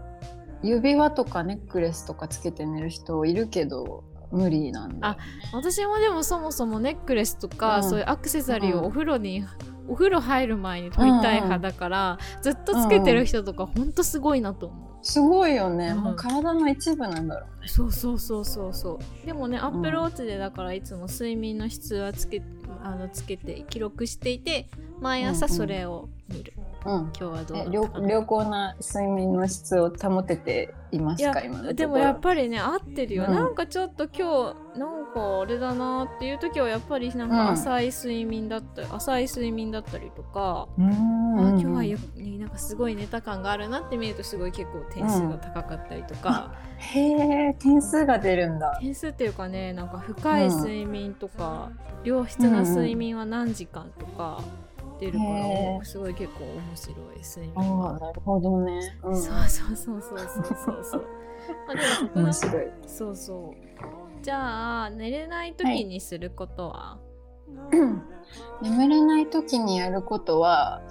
[SPEAKER 2] 指輪とかネックレスとかつけて寝る人いるけど無理なんだよね
[SPEAKER 1] 私もでもそもそもネックレスとか、
[SPEAKER 2] うん
[SPEAKER 1] そういうアクセサリー
[SPEAKER 2] う
[SPEAKER 1] を
[SPEAKER 2] ん
[SPEAKER 1] お風呂に、お風呂入る前に取りたい派だから、ずっとつけてる人とかほんとすごいなと思う、
[SPEAKER 2] すごいよね、
[SPEAKER 1] うん
[SPEAKER 2] もう体の一部なんだろうね
[SPEAKER 1] そうそうそうそうそうでもねアップルウォッチでだからいつも睡眠の質はつけあのつけて記録していて毎朝それを見る、
[SPEAKER 2] うん
[SPEAKER 1] 今日はどうだ
[SPEAKER 2] え
[SPEAKER 1] った
[SPEAKER 2] 良
[SPEAKER 1] かな
[SPEAKER 2] 良好な睡眠の質を保てていま
[SPEAKER 1] い
[SPEAKER 2] す
[SPEAKER 1] や
[SPEAKER 2] か今のところ
[SPEAKER 1] でもやっぱりね合ってるよ、
[SPEAKER 2] うん
[SPEAKER 1] なんかちょっと今日なんかあれだなっていう時はやっぱりなん
[SPEAKER 2] うん
[SPEAKER 1] か浅い睡眠だったり、浅い睡眠だったりとか、
[SPEAKER 2] うーん
[SPEAKER 1] あ今日はゆっねなんかすごい寝た感があるなって見るとすごい結構点数が高かったりとか、
[SPEAKER 2] へえ点数が出るんだ
[SPEAKER 1] 点数っていうかねなんか深い睡眠とか、良質な睡眠は何時間とか出るから、
[SPEAKER 2] へー
[SPEAKER 1] すごい結構面白い睡
[SPEAKER 2] あ
[SPEAKER 1] 眠
[SPEAKER 2] あ
[SPEAKER 1] は、
[SPEAKER 2] なるほどね、うん、
[SPEAKER 1] そうそうそうそうそうそうそうまあでもそこだ
[SPEAKER 2] 面白い
[SPEAKER 1] そうそうじゃあ寝れない時にすることは、
[SPEAKER 2] 眠れない時にやることは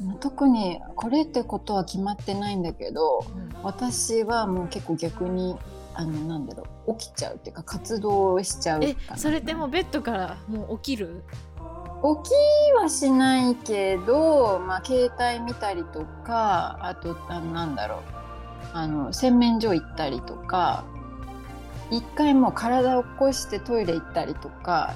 [SPEAKER 2] まあ特にこれってことは決まってないんだけど私はもう結構逆にあのなんだろう起きちゃうっていうか活動しちゃう
[SPEAKER 1] え
[SPEAKER 2] かな
[SPEAKER 1] それってもうベッドからもう起きる
[SPEAKER 2] 起きはしないけど、まあ、携帯見たりとかあとあなんだろうあの洗面所行ったりとか一回もう体を起こしてトイレ行ったりとか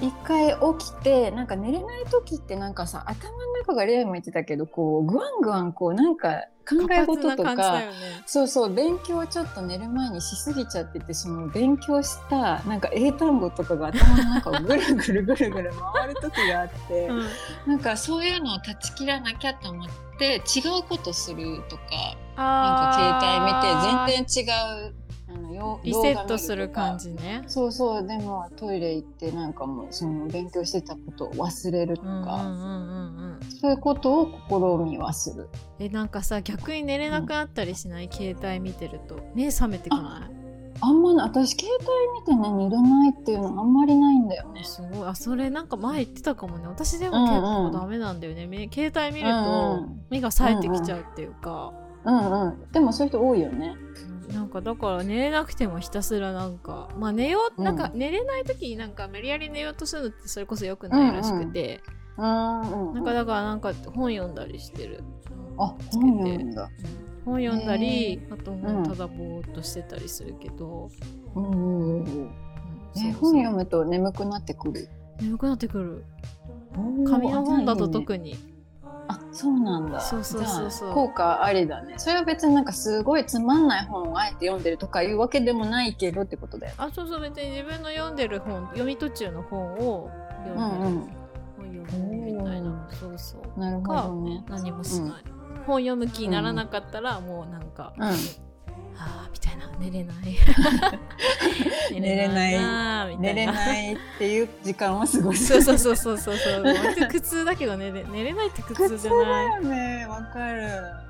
[SPEAKER 2] 一回起きてなんか寝れない時ってなんかさ頭の中がレイも言ってたけどこうぐわんぐわんこうなんか考え事と
[SPEAKER 1] 活発な感じだ
[SPEAKER 2] か
[SPEAKER 1] よね
[SPEAKER 2] そうそう勉強をちょっと寝る前にしすぎちゃっててその勉強したなんか英単語とかが頭の中をぐるぐるぐるぐる回る時があって、
[SPEAKER 1] うん
[SPEAKER 2] なんかそういうのを断ち切らなきゃと思って違うことするとかなんか携帯見て全然違うあのよ
[SPEAKER 1] リセットする感
[SPEAKER 2] じ
[SPEAKER 1] じね
[SPEAKER 2] そうそうでもトイレ行ってなんかもうその勉強してたことを忘れると
[SPEAKER 1] うんうんう
[SPEAKER 2] か、
[SPEAKER 1] んうんうん
[SPEAKER 2] そういうことを試みはする。
[SPEAKER 1] えなんかさ逆に寝れなくなったりしない、携帯見てると目覚めてくな
[SPEAKER 2] あんまな私携帯見てね寝れないっていうのあんまりないんだよね
[SPEAKER 1] い。すごいあそれなんか前言ってたかもね私でも結
[SPEAKER 2] うんう
[SPEAKER 1] 構
[SPEAKER 2] ん
[SPEAKER 1] ダメなんだよね、目携帯見る
[SPEAKER 2] うんう
[SPEAKER 1] と
[SPEAKER 2] ん
[SPEAKER 1] 目が冴えてきちゃうっていうか、
[SPEAKER 2] うんうん、でもそういう人多いよね。
[SPEAKER 1] なんかだから寝れなくてもひたすらなんかまあ寝よう、
[SPEAKER 2] うん
[SPEAKER 1] なんか寝れない時になんか無理やり寝ようとするのってそれこそよくないらしくて、
[SPEAKER 2] ううん
[SPEAKER 1] なんかだからなんか本読んだりしてる
[SPEAKER 2] あ本読むんだ。
[SPEAKER 1] 本読んだり、あと
[SPEAKER 2] う
[SPEAKER 1] も
[SPEAKER 2] ん
[SPEAKER 1] うただぼーっとしてたりするけど、
[SPEAKER 2] うんうんうん
[SPEAKER 1] うん
[SPEAKER 2] え
[SPEAKER 1] そうそう
[SPEAKER 2] 本読むと眠くなってくる。
[SPEAKER 1] 眠くなってくる
[SPEAKER 2] おー
[SPEAKER 1] 紙の本だと
[SPEAKER 2] あじゃ
[SPEAKER 1] 特に
[SPEAKER 2] あいいねあそうなんだ。
[SPEAKER 1] そうそうそうそう
[SPEAKER 2] じゃあ効果ありだね。それは別になんかすごいつまんない本をあえて読んでるとかいうわけでもないけどってことだよ。
[SPEAKER 1] あそうそう別に自分の読んでる本読み途中の本を読んでる、本読むみたいなそうそう
[SPEAKER 2] なるほどね。
[SPEAKER 1] 何もしない、本読む気にならなかったら、もうなんか、
[SPEAKER 2] うん
[SPEAKER 1] はあみたいな寝れない
[SPEAKER 2] 寝れない
[SPEAKER 1] なあみた
[SPEAKER 2] 寝
[SPEAKER 1] い
[SPEAKER 2] れ
[SPEAKER 1] な
[SPEAKER 2] ないっていう時間を過ごす。
[SPEAKER 1] そうそうそうそうそうそう割と苦痛だけど寝れ寝れないって苦痛じゃない
[SPEAKER 2] だよね、わかる。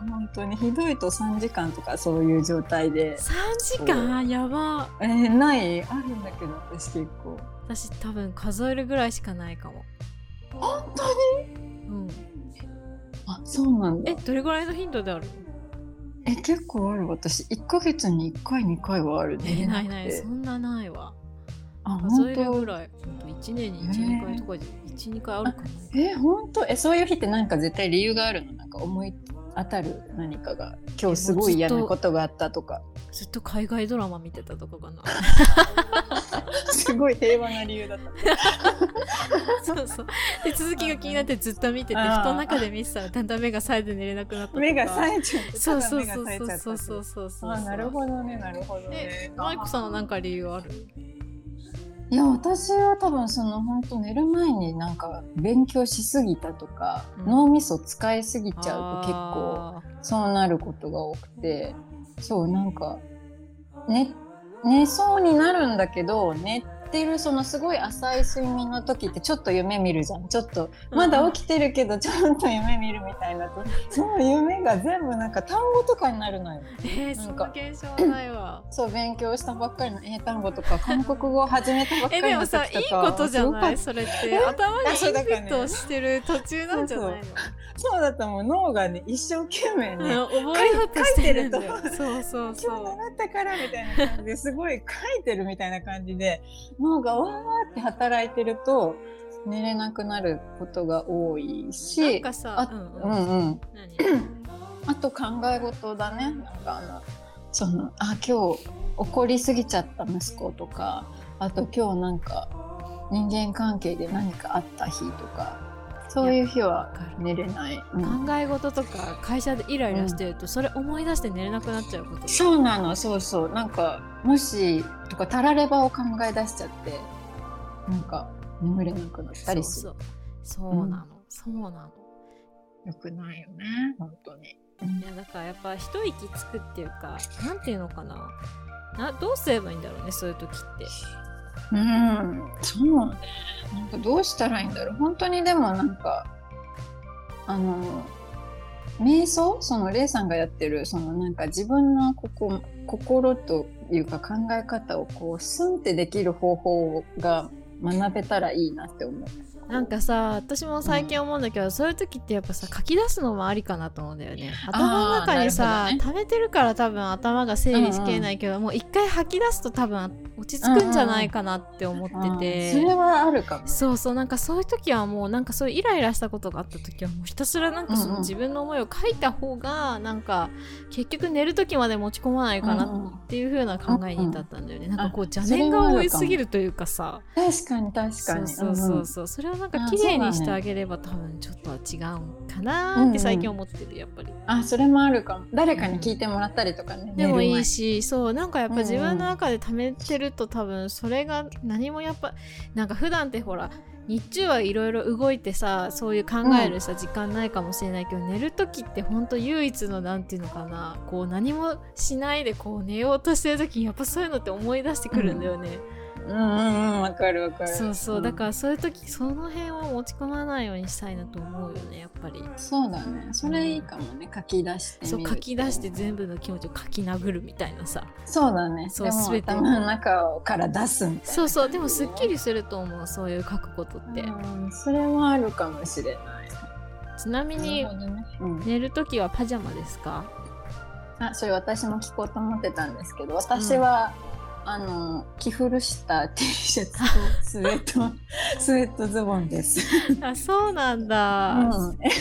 [SPEAKER 2] 本当にひどいと3時間とかそういう状態で。
[SPEAKER 1] 3時間やば
[SPEAKER 2] えーないあるんだけど私結構。
[SPEAKER 1] 私多分数えるぐらいしかないかも、
[SPEAKER 2] 本当に
[SPEAKER 1] うん、
[SPEAKER 2] あそうなんだ
[SPEAKER 1] え。どれぐらいの頻度である
[SPEAKER 2] え結構ある私1ヶ月に1回2回はある
[SPEAKER 1] え
[SPEAKER 2] ね。
[SPEAKER 1] ないないそ
[SPEAKER 2] て
[SPEAKER 1] んなないわ
[SPEAKER 2] あ
[SPEAKER 1] 数
[SPEAKER 2] 本
[SPEAKER 1] えるぐ
[SPEAKER 2] 当
[SPEAKER 1] らいほんと1年に12回とか12回あるかな
[SPEAKER 2] え本当えそういう日ってなんか絶対理由があるのなんか思い当たる何かが今日すごい嫌なことがあったとか
[SPEAKER 1] ずっと海外ドラマ見てたとか かな
[SPEAKER 2] すごい平和な理由だった。
[SPEAKER 1] そうそうで続きが気になってずっと見てて布
[SPEAKER 2] あー
[SPEAKER 1] 団の中で見てたらだんだん目が冴えて寝れなくなったとか
[SPEAKER 2] 目が
[SPEAKER 1] え
[SPEAKER 2] 冴えちゃってた
[SPEAKER 1] そう
[SPEAKER 2] だ
[SPEAKER 1] そう
[SPEAKER 2] 目が
[SPEAKER 1] そう
[SPEAKER 2] 冴えちゃったって
[SPEAKER 1] そ
[SPEAKER 2] いう
[SPEAKER 1] そうそうそう
[SPEAKER 2] あなるほどねなるほど
[SPEAKER 1] え
[SPEAKER 2] ね。
[SPEAKER 1] マイクさんは何か理由ある
[SPEAKER 2] いや私は多分その本当寝る前になんか勉強しすぎたとか、
[SPEAKER 1] うん
[SPEAKER 2] 脳みそ使いすぎちゃうと結
[SPEAKER 1] あ
[SPEAKER 2] 構そうなることが多くてそうなんか、ね、寝そうになるんだけど寝てるそのすごい浅い睡眠の時ってちょっと夢見るじゃんちょっと
[SPEAKER 1] うん
[SPEAKER 2] まだ起きてるけどちょっと夢見るみたいなとその夢が全部なんか単語とかになるのよ。
[SPEAKER 1] ーえー、
[SPEAKER 2] な
[SPEAKER 1] そ
[SPEAKER 2] ん
[SPEAKER 1] んな
[SPEAKER 2] か
[SPEAKER 1] 現象はない わ
[SPEAKER 2] そう勉強したばっかりの英単語とか韓国語を始めたばっか
[SPEAKER 1] え
[SPEAKER 2] り
[SPEAKER 1] で
[SPEAKER 2] の
[SPEAKER 1] も
[SPEAKER 2] 時と
[SPEAKER 1] さ
[SPEAKER 2] か
[SPEAKER 1] いいことじゃない
[SPEAKER 2] す
[SPEAKER 1] それって頭にイン
[SPEAKER 2] あ
[SPEAKER 1] プ
[SPEAKER 2] そうだから
[SPEAKER 1] ッ
[SPEAKER 2] ね
[SPEAKER 1] トしてる途中なんじゃないの
[SPEAKER 2] ごかったそうだったもん脳がね一生懸命
[SPEAKER 1] う
[SPEAKER 2] ね、
[SPEAKER 1] ん覚えようとしてるんだよ
[SPEAKER 2] 書いてる
[SPEAKER 1] そうそう
[SPEAKER 2] 今日
[SPEAKER 1] そ
[SPEAKER 2] 習ったからみたいな感じですごい書いてるみたいな感じで脳がわーって働いてると寝れなくなることが多いう
[SPEAKER 1] なん
[SPEAKER 2] し
[SPEAKER 1] かさ
[SPEAKER 2] あ
[SPEAKER 1] うんうん
[SPEAKER 2] うんうん
[SPEAKER 1] 何
[SPEAKER 2] あと考え事だねなんかあのそのあ今日怒りすぎちゃった息子とかあと今日なんか人間関係で何かあった日とかそういう日は寝れない、うん
[SPEAKER 1] 考え事とか会社でイライラしてるとそれ思い出して寝れなくなっちゃうこと
[SPEAKER 2] そうなのそうそうなんかもしとかたらればを考え出しちゃってなんか眠れなくなったりす
[SPEAKER 1] そ
[SPEAKER 2] る
[SPEAKER 1] うそうそうなのそうなの
[SPEAKER 2] よくないよね本当に
[SPEAKER 1] いやだからやっぱ一息つくっていうかなんていうのかななどうすればいいんだろうねそういう時って
[SPEAKER 2] うんそうねなんかどうしたらいいんだろう本当にでもなんかあの瞑想そのレイさんがやってるそのなんか自分のここ心というか考え方をこうスンってできる方法が学べたらいいなって思う。
[SPEAKER 1] なんかさ私も最近思うんだけど、そういう時ってやっぱさ書き出すのもありかなと思うんだよね頭の中にさ、
[SPEAKER 2] なるほ
[SPEAKER 1] 溜めてるから多分頭が整理しきれないけど、もう一回吐き出すと多分落ち着くんじゃないかなって思ってて、
[SPEAKER 2] うんそれはあるかも。
[SPEAKER 1] そうそうなんかそういう時はもうなんかそういうイライラしたことがあった時はもうひたすらなんかそ
[SPEAKER 2] うんう
[SPEAKER 1] の
[SPEAKER 2] ん
[SPEAKER 1] 自分の思いを書いた方がなんか結局寝る時まで持ち込まないかなっていう風な考えに至ったんだよね、なんかこう邪念が多いすぎるというかさ
[SPEAKER 2] 確かに確か
[SPEAKER 1] そう
[SPEAKER 2] に。
[SPEAKER 1] そうそうそうそれをなんか綺麗にしてあげれば多分ちょっとは違うんかなって最近思ってるやっぱり。
[SPEAKER 2] あそれもあるかも。誰かに聞いてもらったりとかね。
[SPEAKER 1] でも
[SPEAKER 2] 寝る
[SPEAKER 1] い
[SPEAKER 2] 前
[SPEAKER 1] いしそうなんかやっぱ自分の中で貯めてると多分それが何もやっぱなんか普段ってほら日中はいろいろ動いてさそういう考えるさ、時間ないかもしれないけど寝る時ってほんと唯一のなんていうのかなこう何もしないでこう寝ようとしてる時にやっぱそういうのって思い出してくるんだよね、
[SPEAKER 2] うんうんうんわかるわかる。
[SPEAKER 1] そうそうだ
[SPEAKER 2] ら。
[SPEAKER 1] からそういう時その辺を持ち込まないようにしたいなと思うよねやっぱり
[SPEAKER 2] そうだね。それいいかもね。書き出してみ
[SPEAKER 1] そ
[SPEAKER 2] る。
[SPEAKER 1] う書き出して。全部の気持ちを書き殴るみたいなさ
[SPEAKER 2] そうだね。
[SPEAKER 1] そう
[SPEAKER 2] でも
[SPEAKER 1] 全て
[SPEAKER 2] 頭の中から出すみたいな。
[SPEAKER 1] そうそう でもすっきりすると思うそういう書くことって、
[SPEAKER 2] うんそれはあるかもしれない。
[SPEAKER 1] ちなみに
[SPEAKER 2] なるほどねうん
[SPEAKER 1] 寝るときはパジャマですか
[SPEAKER 2] あそれ私も聞こうと思ってたんですけど私はあの着古した T シャツとスウェ ットスウェットズボンです。
[SPEAKER 1] あそうなんだ、
[SPEAKER 2] うん、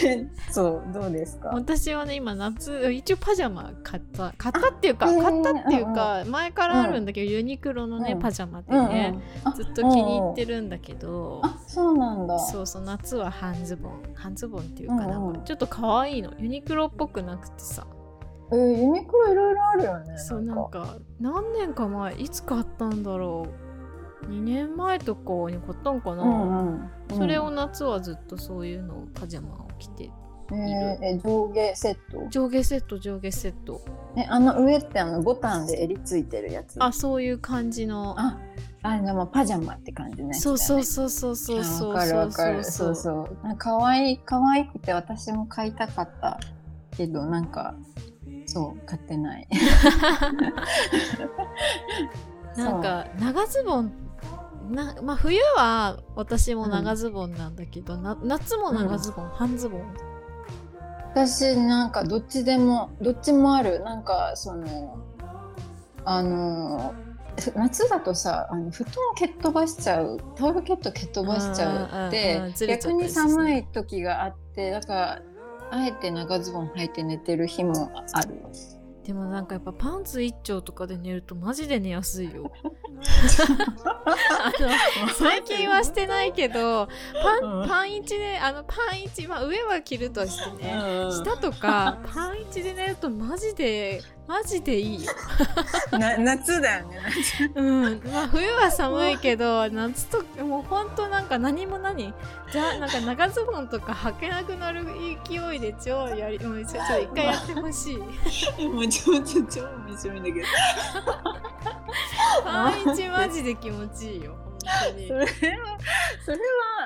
[SPEAKER 2] そうどうですか。
[SPEAKER 1] 私はね今夏一応パジャマ買った買ったっていうか買ったっていうか前からあるんだけどユニクロのね
[SPEAKER 2] うん
[SPEAKER 1] パジャマって
[SPEAKER 2] うんうん
[SPEAKER 1] ね
[SPEAKER 2] あ
[SPEAKER 1] ずっと気に入ってるんだけど
[SPEAKER 2] あそうなんだ。
[SPEAKER 1] そうそう夏は半ズボン半ズボンっていうかな
[SPEAKER 2] うんうん
[SPEAKER 1] んかちょっと可愛いのユニクロっぽくなくてさ
[SPEAKER 2] えーユニクロいろいろあるよね。
[SPEAKER 1] そうなんか何年か前いつ買ったんだろう2年前とかに買ったんかな
[SPEAKER 2] うんうん、
[SPEAKER 1] それを夏はずっとそういうのをパジャマを着て
[SPEAKER 2] うん、えーえ上下セット。
[SPEAKER 1] 上下セット上下セット
[SPEAKER 2] えあの上ってあのボタンで襟ついてるやつ。
[SPEAKER 1] あそういう感じの
[SPEAKER 2] ああでもパジャマって感じね。
[SPEAKER 1] そうそうそうそうそう
[SPEAKER 2] あ
[SPEAKER 1] そう
[SPEAKER 2] わかる
[SPEAKER 1] そ
[SPEAKER 2] わ
[SPEAKER 1] う
[SPEAKER 2] か
[SPEAKER 1] そう
[SPEAKER 2] るそう
[SPEAKER 1] そう
[SPEAKER 2] そうなんか可愛い可愛くて私も買いたかったけどなんかそう買ってない
[SPEAKER 1] なんか長ズボンなまあ冬は私も長ズボンなんだけど、な夏も長ズボン、半ズボン
[SPEAKER 2] そう私なんかどっちでもどっちもあるなんかそのあの夏だとさあの布団蹴っ飛ばしちゃうタオルケット蹴っ飛ばしちゃうっ
[SPEAKER 1] うんうんうん
[SPEAKER 2] て
[SPEAKER 1] うんずれちゃっ
[SPEAKER 2] 逆
[SPEAKER 1] た
[SPEAKER 2] に
[SPEAKER 1] りするね
[SPEAKER 2] 寒い時があってだからあえて長ズボン履いて寝てる日もある。
[SPEAKER 1] でもなんかやっぱパンツ一丁とかで寝るとマジで寝やすいよあの最近はしてないけどパ
[SPEAKER 2] うん
[SPEAKER 1] ンパン一であのパン一まあ上は着るとしてね、下とかパン一で寝るとマジでマジでいいよ
[SPEAKER 2] な夏だよね
[SPEAKER 1] うん、まあ冬は寒いけど夏ともうほんとなんか何も何じゃあなんか長ズボンとか履けなくなる勢いで超やりもうちょちょ一回やってほしい
[SPEAKER 2] もうちょっと超面白いんだけど
[SPEAKER 1] パンイチマジで気持ちいいよ本当に
[SPEAKER 2] それはそれは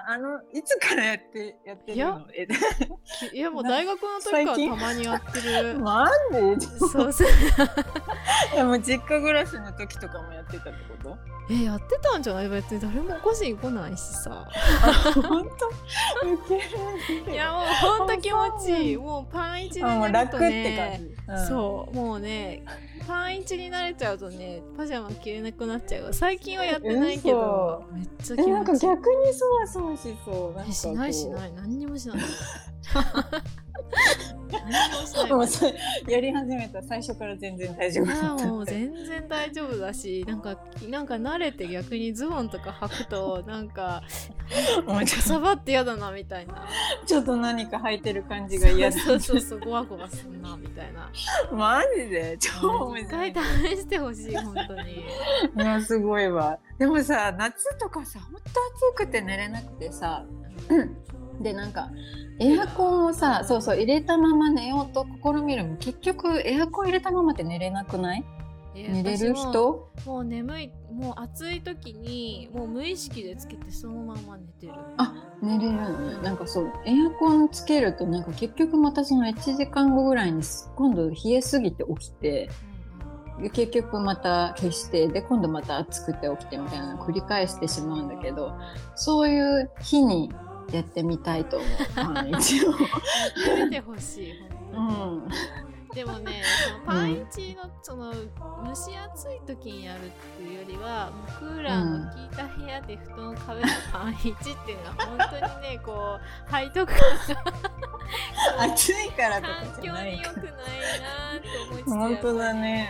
[SPEAKER 2] あのいつからやってやってるのえ
[SPEAKER 1] きいやもう大学の時から
[SPEAKER 2] 最近
[SPEAKER 1] たまにやってる
[SPEAKER 2] なんで
[SPEAKER 1] そうそう
[SPEAKER 2] いやもう実家暮らしの時とかもやってたって こ
[SPEAKER 1] えやってたんじゃない別に誰も起こしに来ないしさ
[SPEAKER 2] と本当ウケる
[SPEAKER 1] いやもうほんと気持ちいいもうパンイチで
[SPEAKER 2] あもう
[SPEAKER 1] 寝る
[SPEAKER 2] 楽
[SPEAKER 1] と
[SPEAKER 2] って
[SPEAKER 1] ね
[SPEAKER 2] 感じ、う
[SPEAKER 1] そうもうねパンイチに慣れちゃうとねパジャマ着れなくなっちゃうから最近はやってないけどめっちゃ気
[SPEAKER 2] えなんか
[SPEAKER 1] 持ちいい
[SPEAKER 2] 逆にそわそわしそうなん
[SPEAKER 1] え
[SPEAKER 2] か
[SPEAKER 1] しないし
[SPEAKER 2] い
[SPEAKER 1] ない何にも しない何にもしない
[SPEAKER 2] もうそれやり始めた最初から全然大丈夫だ
[SPEAKER 1] あ
[SPEAKER 2] っ
[SPEAKER 1] ー
[SPEAKER 2] た
[SPEAKER 1] もう全然大丈夫だしなんかなんか慣れて逆にズボンとか履くとなんか
[SPEAKER 2] もうち
[SPEAKER 1] か
[SPEAKER 2] ょ
[SPEAKER 1] さばって嫌だなみたいな
[SPEAKER 2] ちょっと何か履いてる感じが嫌だ
[SPEAKER 1] そうそうそうそうごわごわすんなみたいな
[SPEAKER 2] マジで超面
[SPEAKER 1] 一
[SPEAKER 2] 白
[SPEAKER 1] 回
[SPEAKER 2] い
[SPEAKER 1] 試してほしい本当に
[SPEAKER 2] いやすごいわでもさ夏とかさほんと暑くて寝れなくてさでなんかエアコンをさそうそう入れたまま寝ようと試みるも結局エアコン入れたままって寝れなくない
[SPEAKER 1] いや
[SPEAKER 2] 寝れ
[SPEAKER 1] 私
[SPEAKER 2] る
[SPEAKER 1] も
[SPEAKER 2] 人
[SPEAKER 1] もう眠いもう暑い時にもう無意識でつけてそのまま寝てる
[SPEAKER 2] あ寝れるのねなんかそうエアコンつけるとなんか結局またその1時間後ぐらいに今度冷えすぎて起きてで結局また消してで今度また暑くて起きてみたいなのを繰り返してしまうんだけどそういう日にやってみたいと思うあの一応、
[SPEAKER 1] やってみてほしい本
[SPEAKER 2] うん、
[SPEAKER 1] 当に、でも ねそのパンイチのその蒸し暑い時にやるっていうよりはもうクーラーの効いた部屋で布団をかぶるパンイチっていうのは本当に ねこう背徳感
[SPEAKER 2] 暑いからと
[SPEAKER 1] 環
[SPEAKER 2] かじ
[SPEAKER 1] 境
[SPEAKER 2] ゃない
[SPEAKER 1] に良
[SPEAKER 2] か
[SPEAKER 1] くないなって思いつつ
[SPEAKER 2] 本当だね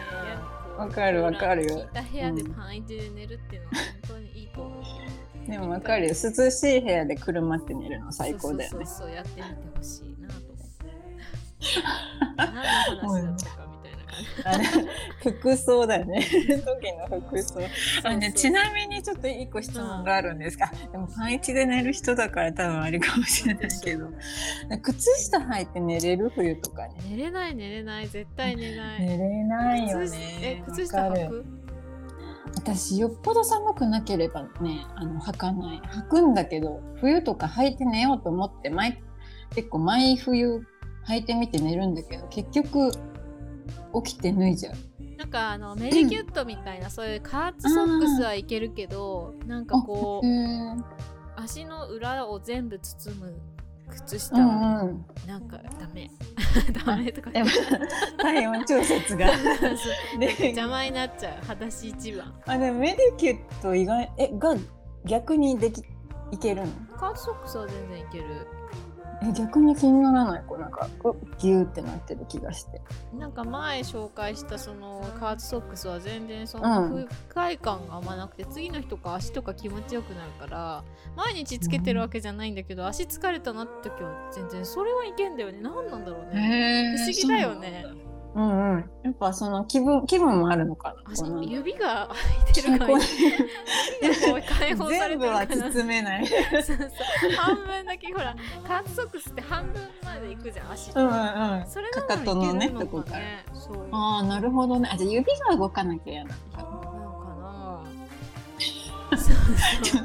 [SPEAKER 1] やっぱり
[SPEAKER 2] わかるわかるよ
[SPEAKER 1] クーラーの効いた部屋でパンイチで寝るっていうのは本当にいいと思う
[SPEAKER 2] でもわかるよ涼しい部屋で車って寝るの最高だよ
[SPEAKER 1] そう
[SPEAKER 2] ね
[SPEAKER 1] そうそうそうやってみてほしいなと思 って。何の話だったかみたいな感じ。
[SPEAKER 2] あれ服装だよね 時の服装あ、ね、ち
[SPEAKER 1] な
[SPEAKER 2] なみにちょっと一個質問があるんですが、でもパンイチで寝る人だから多分あれかもしれないけど靴下履いて寝れる冬とかに
[SPEAKER 1] 寝れない寝れない絶対寝ない。
[SPEAKER 2] 寝れないよ
[SPEAKER 1] 靴下え
[SPEAKER 2] ね
[SPEAKER 1] 靴下
[SPEAKER 2] わか
[SPEAKER 1] 履
[SPEAKER 2] る
[SPEAKER 1] く？
[SPEAKER 2] 私よっぽど寒くなければねあの履かない履くんだけど冬とか履いて寝ようと思って毎結構毎冬履いてみて寝るんだけど結局起きて脱いじゃう
[SPEAKER 1] なんかあのメリキュットみたいなそういうカーツソックスはいけるけど、なんかこ
[SPEAKER 2] う
[SPEAKER 1] う
[SPEAKER 2] ーん
[SPEAKER 1] 足の裏を全部包む靴下
[SPEAKER 2] う
[SPEAKER 1] は
[SPEAKER 2] んうん、
[SPEAKER 1] なんかダメ ダメとか
[SPEAKER 2] やっぱ体温調 節がで
[SPEAKER 1] 邪魔になっちゃう裸足一番
[SPEAKER 2] あでもメディキュット意外えが逆にできいけるの
[SPEAKER 1] 観測さ全然いける
[SPEAKER 2] え逆に気にならないこうなんかうギューってなってる気がして
[SPEAKER 1] なんか前紹介したそのカーズソックスは全然そうの
[SPEAKER 2] ん
[SPEAKER 1] 不快感があんまなくて、次の日とか足とか気持ちよくなるから毎日つけてるわけじゃないんだけど、足疲れたなって時は全然それはいけんだよね何なんだろうね不思議だよね
[SPEAKER 2] うんうんやっぱその気分気分もあるのかな
[SPEAKER 1] 足
[SPEAKER 2] この
[SPEAKER 1] 指が開いてるから
[SPEAKER 2] こう
[SPEAKER 1] 指がこう解放されて
[SPEAKER 2] 全部
[SPEAKER 1] るか
[SPEAKER 2] は
[SPEAKER 1] らそう
[SPEAKER 2] 包めない
[SPEAKER 1] そう半分だけほらカーズソックスって半分までいくじゃん足って、
[SPEAKER 2] うんうんうんあ
[SPEAKER 1] それな
[SPEAKER 2] かかとの
[SPEAKER 1] らい
[SPEAKER 2] ね
[SPEAKER 1] けるの
[SPEAKER 2] とこ
[SPEAKER 1] か
[SPEAKER 2] から
[SPEAKER 1] ねそう
[SPEAKER 2] あなるほどねあじゃあ指が動かなきゃ嫌な
[SPEAKER 1] なの
[SPEAKER 2] のか
[SPEAKER 1] かな。そう
[SPEAKER 2] ちょっ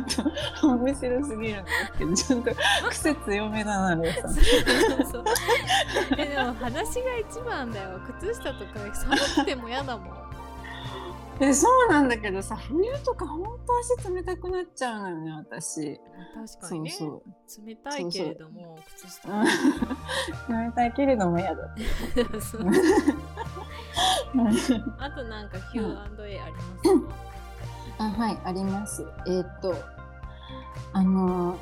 [SPEAKER 2] と面白すぎるんですけどちょっと癖強めだなル ーさん
[SPEAKER 1] そうそうそう。えでも話が一番だよ。靴下とか寒くても嫌だもん。
[SPEAKER 2] えそうなんだけどさ冬とか本当足冷たくなっちゃうのよね私
[SPEAKER 1] 確か
[SPEAKER 2] そ
[SPEAKER 1] に
[SPEAKER 2] う
[SPEAKER 1] ね。
[SPEAKER 2] そう
[SPEAKER 1] 冷たいけれども靴下。
[SPEAKER 2] うん 冷たいけれども嫌だ
[SPEAKER 1] そうあとなんか Q&A ありますか。
[SPEAKER 2] あはいありますえーっとあのー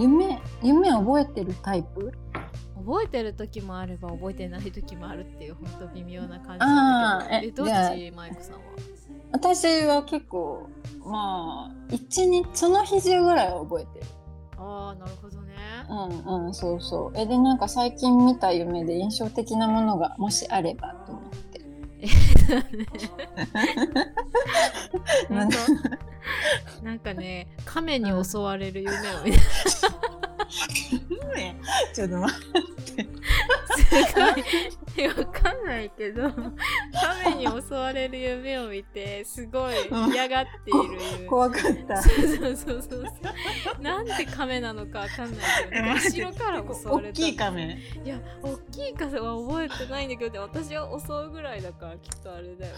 [SPEAKER 2] 夢夢覚えてるタイプ
[SPEAKER 1] 覚えてる時もあれば覚えてない時もあるっていう本当微妙な感じ
[SPEAKER 2] あ
[SPEAKER 1] なんだ
[SPEAKER 2] ーえ
[SPEAKER 1] けど。
[SPEAKER 2] じ
[SPEAKER 1] え
[SPEAKER 2] ゃあ
[SPEAKER 1] どっちマイクさんは。
[SPEAKER 2] 私は結構まあ一日その日中ぐらいは覚えてる
[SPEAKER 1] ああなるほどね。
[SPEAKER 2] うんうんそうそうえでなんか最近見た夢で印象的なものがもしあればと思って
[SPEAKER 1] 本
[SPEAKER 2] なんか
[SPEAKER 1] 当 なんかね亀に襲われる夢を見た
[SPEAKER 2] ちょっと待
[SPEAKER 1] すごいわかんないけど亀に襲われる夢を見てすごい嫌がっている
[SPEAKER 2] って
[SPEAKER 1] 夢
[SPEAKER 2] 怖かった
[SPEAKER 1] そうそうそうそうなんで亀なのかわかんないけどなんか後ろから襲われた
[SPEAKER 2] 大きい亀
[SPEAKER 1] いや大きい亀は覚えてないんだけど私は襲うぐらいだからきっとあれだ よ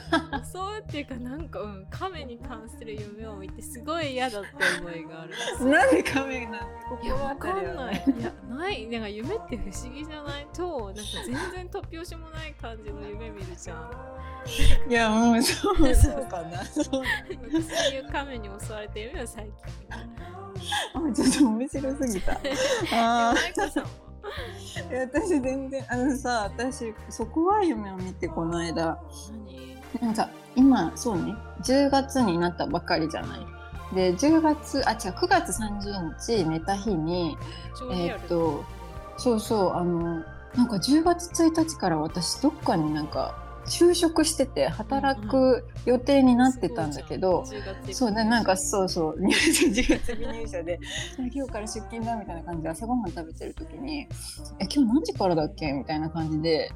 [SPEAKER 1] 襲うっていうかなんかうん亀に関する夢を見てすごい嫌だって思い がある
[SPEAKER 2] なんで亀なんてこ
[SPEAKER 1] いや、
[SPEAKER 2] こ
[SPEAKER 1] わ
[SPEAKER 2] わ
[SPEAKER 1] か
[SPEAKER 2] かるよ
[SPEAKER 1] んない
[SPEAKER 2] ね。
[SPEAKER 1] いや、ない、なんか夢って不思議じゃない、超、なんか全然突拍子もない感じの夢見るじゃん。
[SPEAKER 2] いやもうそうそうかなそう
[SPEAKER 1] 私そういう亀に襲われてる夢は最近。
[SPEAKER 2] あちょっと面白す ぎた。あ
[SPEAKER 1] マイコさんは。
[SPEAKER 2] ーいや私全然あのさ私そこは夢を見てこの間
[SPEAKER 1] 何。
[SPEAKER 2] なんか今そうね10月になったばかりじゃない。で10月あ違う9月30日寝た日に
[SPEAKER 1] 超リ
[SPEAKER 2] え
[SPEAKER 1] アル
[SPEAKER 2] ーっ
[SPEAKER 1] だ。
[SPEAKER 2] とそうそうあのなんか10月1日から私どっかになんか就職してて働く予定になってたんだけど、
[SPEAKER 1] すごいじゃん。10月
[SPEAKER 2] そうね、なんかそうそう、 入社、10月に入社で、今日から出勤だみたいな感じで朝ごはん食べてる時に、え、今日何時からだっけみたいな感じで、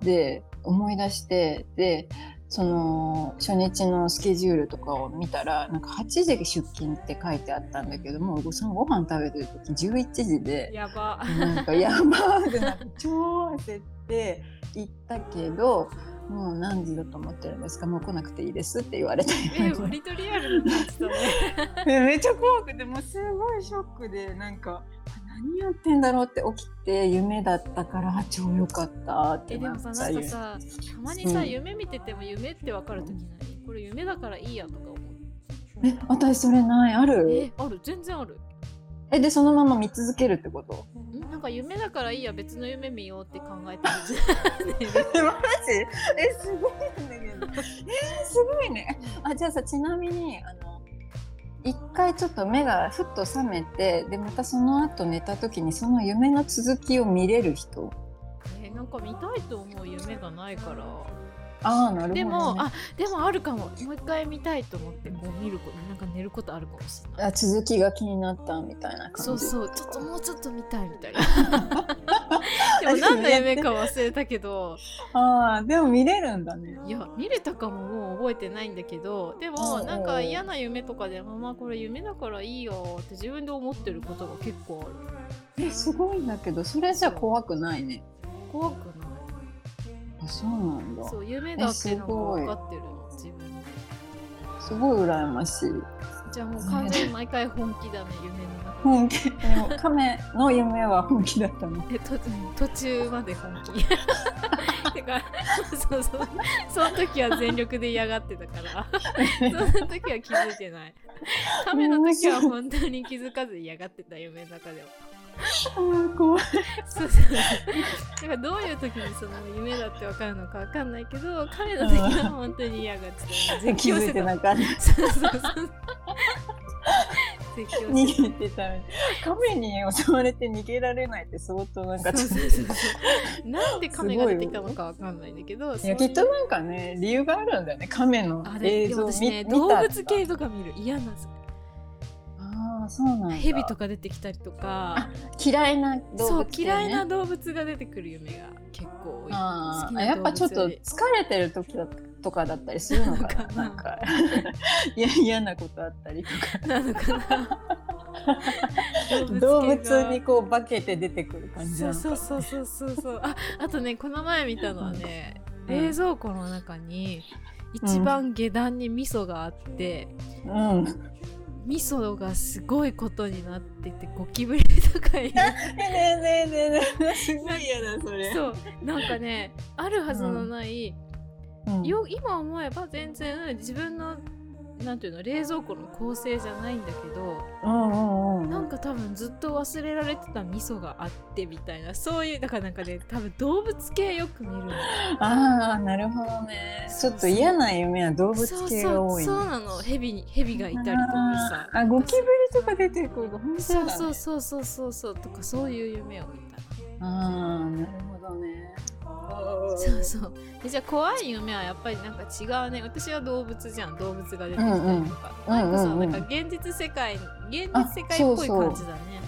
[SPEAKER 2] で、思い出して、で、その、初日のスケジュールとかを見たら、なんか8時出勤って書いてあったんだけども、ごさんご飯食べてる時11時で、
[SPEAKER 1] やば。
[SPEAKER 2] なんかやばーっ てなって超焦って行ったけど、もう何時だと思ってるんですかもう来なくていいですって言われて。
[SPEAKER 1] え、割とリアルな感じだね。
[SPEAKER 2] えめっちゃ怖くてもうすごいショックでなんかあ何やってんだろうって起きて夢だったから超良かったっ
[SPEAKER 1] え、
[SPEAKER 2] て
[SPEAKER 1] で
[SPEAKER 2] な
[SPEAKER 1] も
[SPEAKER 2] っ
[SPEAKER 1] さ、
[SPEAKER 2] た
[SPEAKER 1] なん
[SPEAKER 2] よ
[SPEAKER 1] かさ、たまにさ、
[SPEAKER 2] うん
[SPEAKER 1] 夢見てても夢ってわかるときない。これ夢だからいいやとか思う。
[SPEAKER 2] え私それないある
[SPEAKER 1] え、ある、全然ある。
[SPEAKER 2] えでそのまま見続けるってこと
[SPEAKER 1] んなんか夢だからいいや別の夢見ようって考えてる
[SPEAKER 2] えマジえすごいんだけどえーすごいねあじゃあさちなみにあの一回ちょっと目がふっと覚めてでまたその後寝た時にその夢の続きを見れる人
[SPEAKER 1] えーなんか見たいと思う夢がないから
[SPEAKER 2] ああなるほど、ね、
[SPEAKER 1] でも、あでもあるかももう一回見たいと思ってこう見ることなんか寝ることあるかもしれない
[SPEAKER 2] あ続きが気になったみたいな感じ
[SPEAKER 1] そうそうちょっともうちょっと見たいみたいな でも何の夢か忘れたけど
[SPEAKER 2] ああでも見れるんだね
[SPEAKER 1] いや見れたかももう覚えてないんだけどで
[SPEAKER 2] うん
[SPEAKER 1] も
[SPEAKER 2] うん
[SPEAKER 1] なんか嫌な夢とかでまあまあこれ夢だからいいよって自分で思ってることが結構ある
[SPEAKER 2] えすごいんだけどそれじゃ怖くないね
[SPEAKER 1] 怖くない
[SPEAKER 2] あそうなんだ
[SPEAKER 1] そう夢だっていうのが分かってるの自分で。
[SPEAKER 2] すごい羨ましい
[SPEAKER 1] じゃあもう完全に毎回本気だね夢の中
[SPEAKER 2] 本気でも亀の夢は本気だったの
[SPEAKER 1] えと途中まで本気 てかそうそうその時は全力で嫌がってたからその時は気づいてない亀の時は本当に気づかず嫌がってた夢の中では
[SPEAKER 2] あ怖い
[SPEAKER 1] そうそう だからどういう時にその夢だってわかるのかわかんないけど亀の時は本当に嫌がってた絶
[SPEAKER 2] 気
[SPEAKER 1] 叫し
[SPEAKER 2] づ
[SPEAKER 1] て
[SPEAKER 2] いて
[SPEAKER 1] た
[SPEAKER 2] なかった
[SPEAKER 1] そうそうそう絶叫してた
[SPEAKER 2] 逃げてたみたい亀に襲われて逃げられないって相当なんかち
[SPEAKER 1] そ
[SPEAKER 2] ょ
[SPEAKER 1] う
[SPEAKER 2] っ
[SPEAKER 1] そうそうそうなんで亀が出てきたのかわかんないんだけど
[SPEAKER 2] とい
[SPEAKER 1] そうい
[SPEAKER 2] や
[SPEAKER 1] う
[SPEAKER 2] きっとなんかね理由があるんだよね亀の
[SPEAKER 1] あれ
[SPEAKER 2] 映
[SPEAKER 1] で
[SPEAKER 2] 像
[SPEAKER 1] も
[SPEAKER 2] を
[SPEAKER 1] 私
[SPEAKER 2] 見,、
[SPEAKER 1] ね
[SPEAKER 2] 見た
[SPEAKER 1] 動
[SPEAKER 2] とか
[SPEAKER 1] 物系とか見る嫌なんです
[SPEAKER 2] ああそうなんだ
[SPEAKER 1] 蛇とか出てきたりとか
[SPEAKER 2] 嫌いな動物、ね、
[SPEAKER 1] そう嫌いな動物が出てくる夢が結構多い好
[SPEAKER 2] あ
[SPEAKER 1] き
[SPEAKER 2] あ
[SPEAKER 1] な
[SPEAKER 2] やっぱちょっ
[SPEAKER 1] 動
[SPEAKER 2] と
[SPEAKER 1] 物
[SPEAKER 2] 疲
[SPEAKER 1] より
[SPEAKER 2] れてる時だとかだったりするのか
[SPEAKER 1] な
[SPEAKER 2] ななんん
[SPEAKER 1] か
[SPEAKER 2] か いや嫌なことあったりとか
[SPEAKER 1] なのか な
[SPEAKER 2] 動
[SPEAKER 1] 系が
[SPEAKER 2] 物にこう化けて出てくる感じなのか
[SPEAKER 1] そうそうそうそうそうそうああとねこの前見たのはね、
[SPEAKER 2] うん
[SPEAKER 1] 冷蔵庫の中に一番下段に味噌があって、
[SPEAKER 2] うん
[SPEAKER 1] 味噌がすごいことになっててゴキブリとかいる
[SPEAKER 2] ねねねね ねすごい嫌だそれ
[SPEAKER 1] そうなんかねあるはずのない、
[SPEAKER 2] うん
[SPEAKER 1] よ今思えば全然自分のなんていうの冷蔵庫の構成じゃないんだけど
[SPEAKER 2] うんうんうん
[SPEAKER 1] なんか多分ずっと忘れられてた味噌があってみたいなそういうだからなんかね多分動物系よく見るの
[SPEAKER 2] ああなるほどねちょっと嫌な夢は動
[SPEAKER 1] そ
[SPEAKER 2] 物
[SPEAKER 1] う
[SPEAKER 2] 系
[SPEAKER 1] そ
[SPEAKER 2] が
[SPEAKER 1] う
[SPEAKER 2] 多い
[SPEAKER 1] そう
[SPEAKER 2] ね
[SPEAKER 1] なの蛇に蛇がいたりとかさ
[SPEAKER 2] あーあゴキブリとか出てくるの本当だ
[SPEAKER 1] そう
[SPEAKER 2] ね
[SPEAKER 1] そうそうそうそうそうとかそういう夢を見た
[SPEAKER 2] ああなるほどね
[SPEAKER 1] そうそうでじゃあ怖い夢はやっぱりなんか違うね私は動物じゃん動物が出てきたりとか、
[SPEAKER 2] うんうん
[SPEAKER 1] なんかさ、
[SPEAKER 2] うんうんうん
[SPEAKER 1] なんか現実世界現実世界っぽい感じだね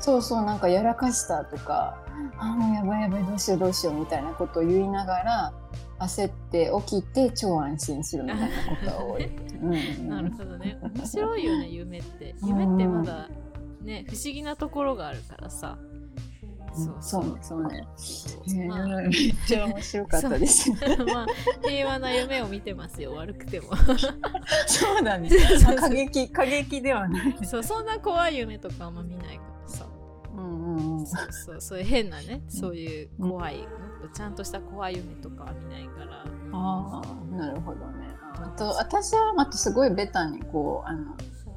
[SPEAKER 2] そうそうなんかやらかしたとかあもうやばいやばいどうしようどうしようみたいなことを言いながら焦って起きて超安心するみたいなことが多い。うん
[SPEAKER 1] なるほどね面白いよね夢って夢ってまだね不思議なところがあるからさ
[SPEAKER 2] うんそうねそうね。
[SPEAKER 1] そう
[SPEAKER 2] ね
[SPEAKER 1] まあ
[SPEAKER 2] めっちゃ面白かったです。
[SPEAKER 1] まあ平和な夢を見てますよ悪くても
[SPEAKER 2] そうだね
[SPEAKER 1] そうそう。そう
[SPEAKER 2] あ過激過激ではない。
[SPEAKER 1] そうそんな怖い夢とかあんま見ないからさ
[SPEAKER 2] うんうんうん。
[SPEAKER 1] そうそうそういう変なねそういう怖い、もっとちゃんとした怖い夢とかは見ないから
[SPEAKER 2] ああなるほどね。あと私はあとすごいベタにこうあの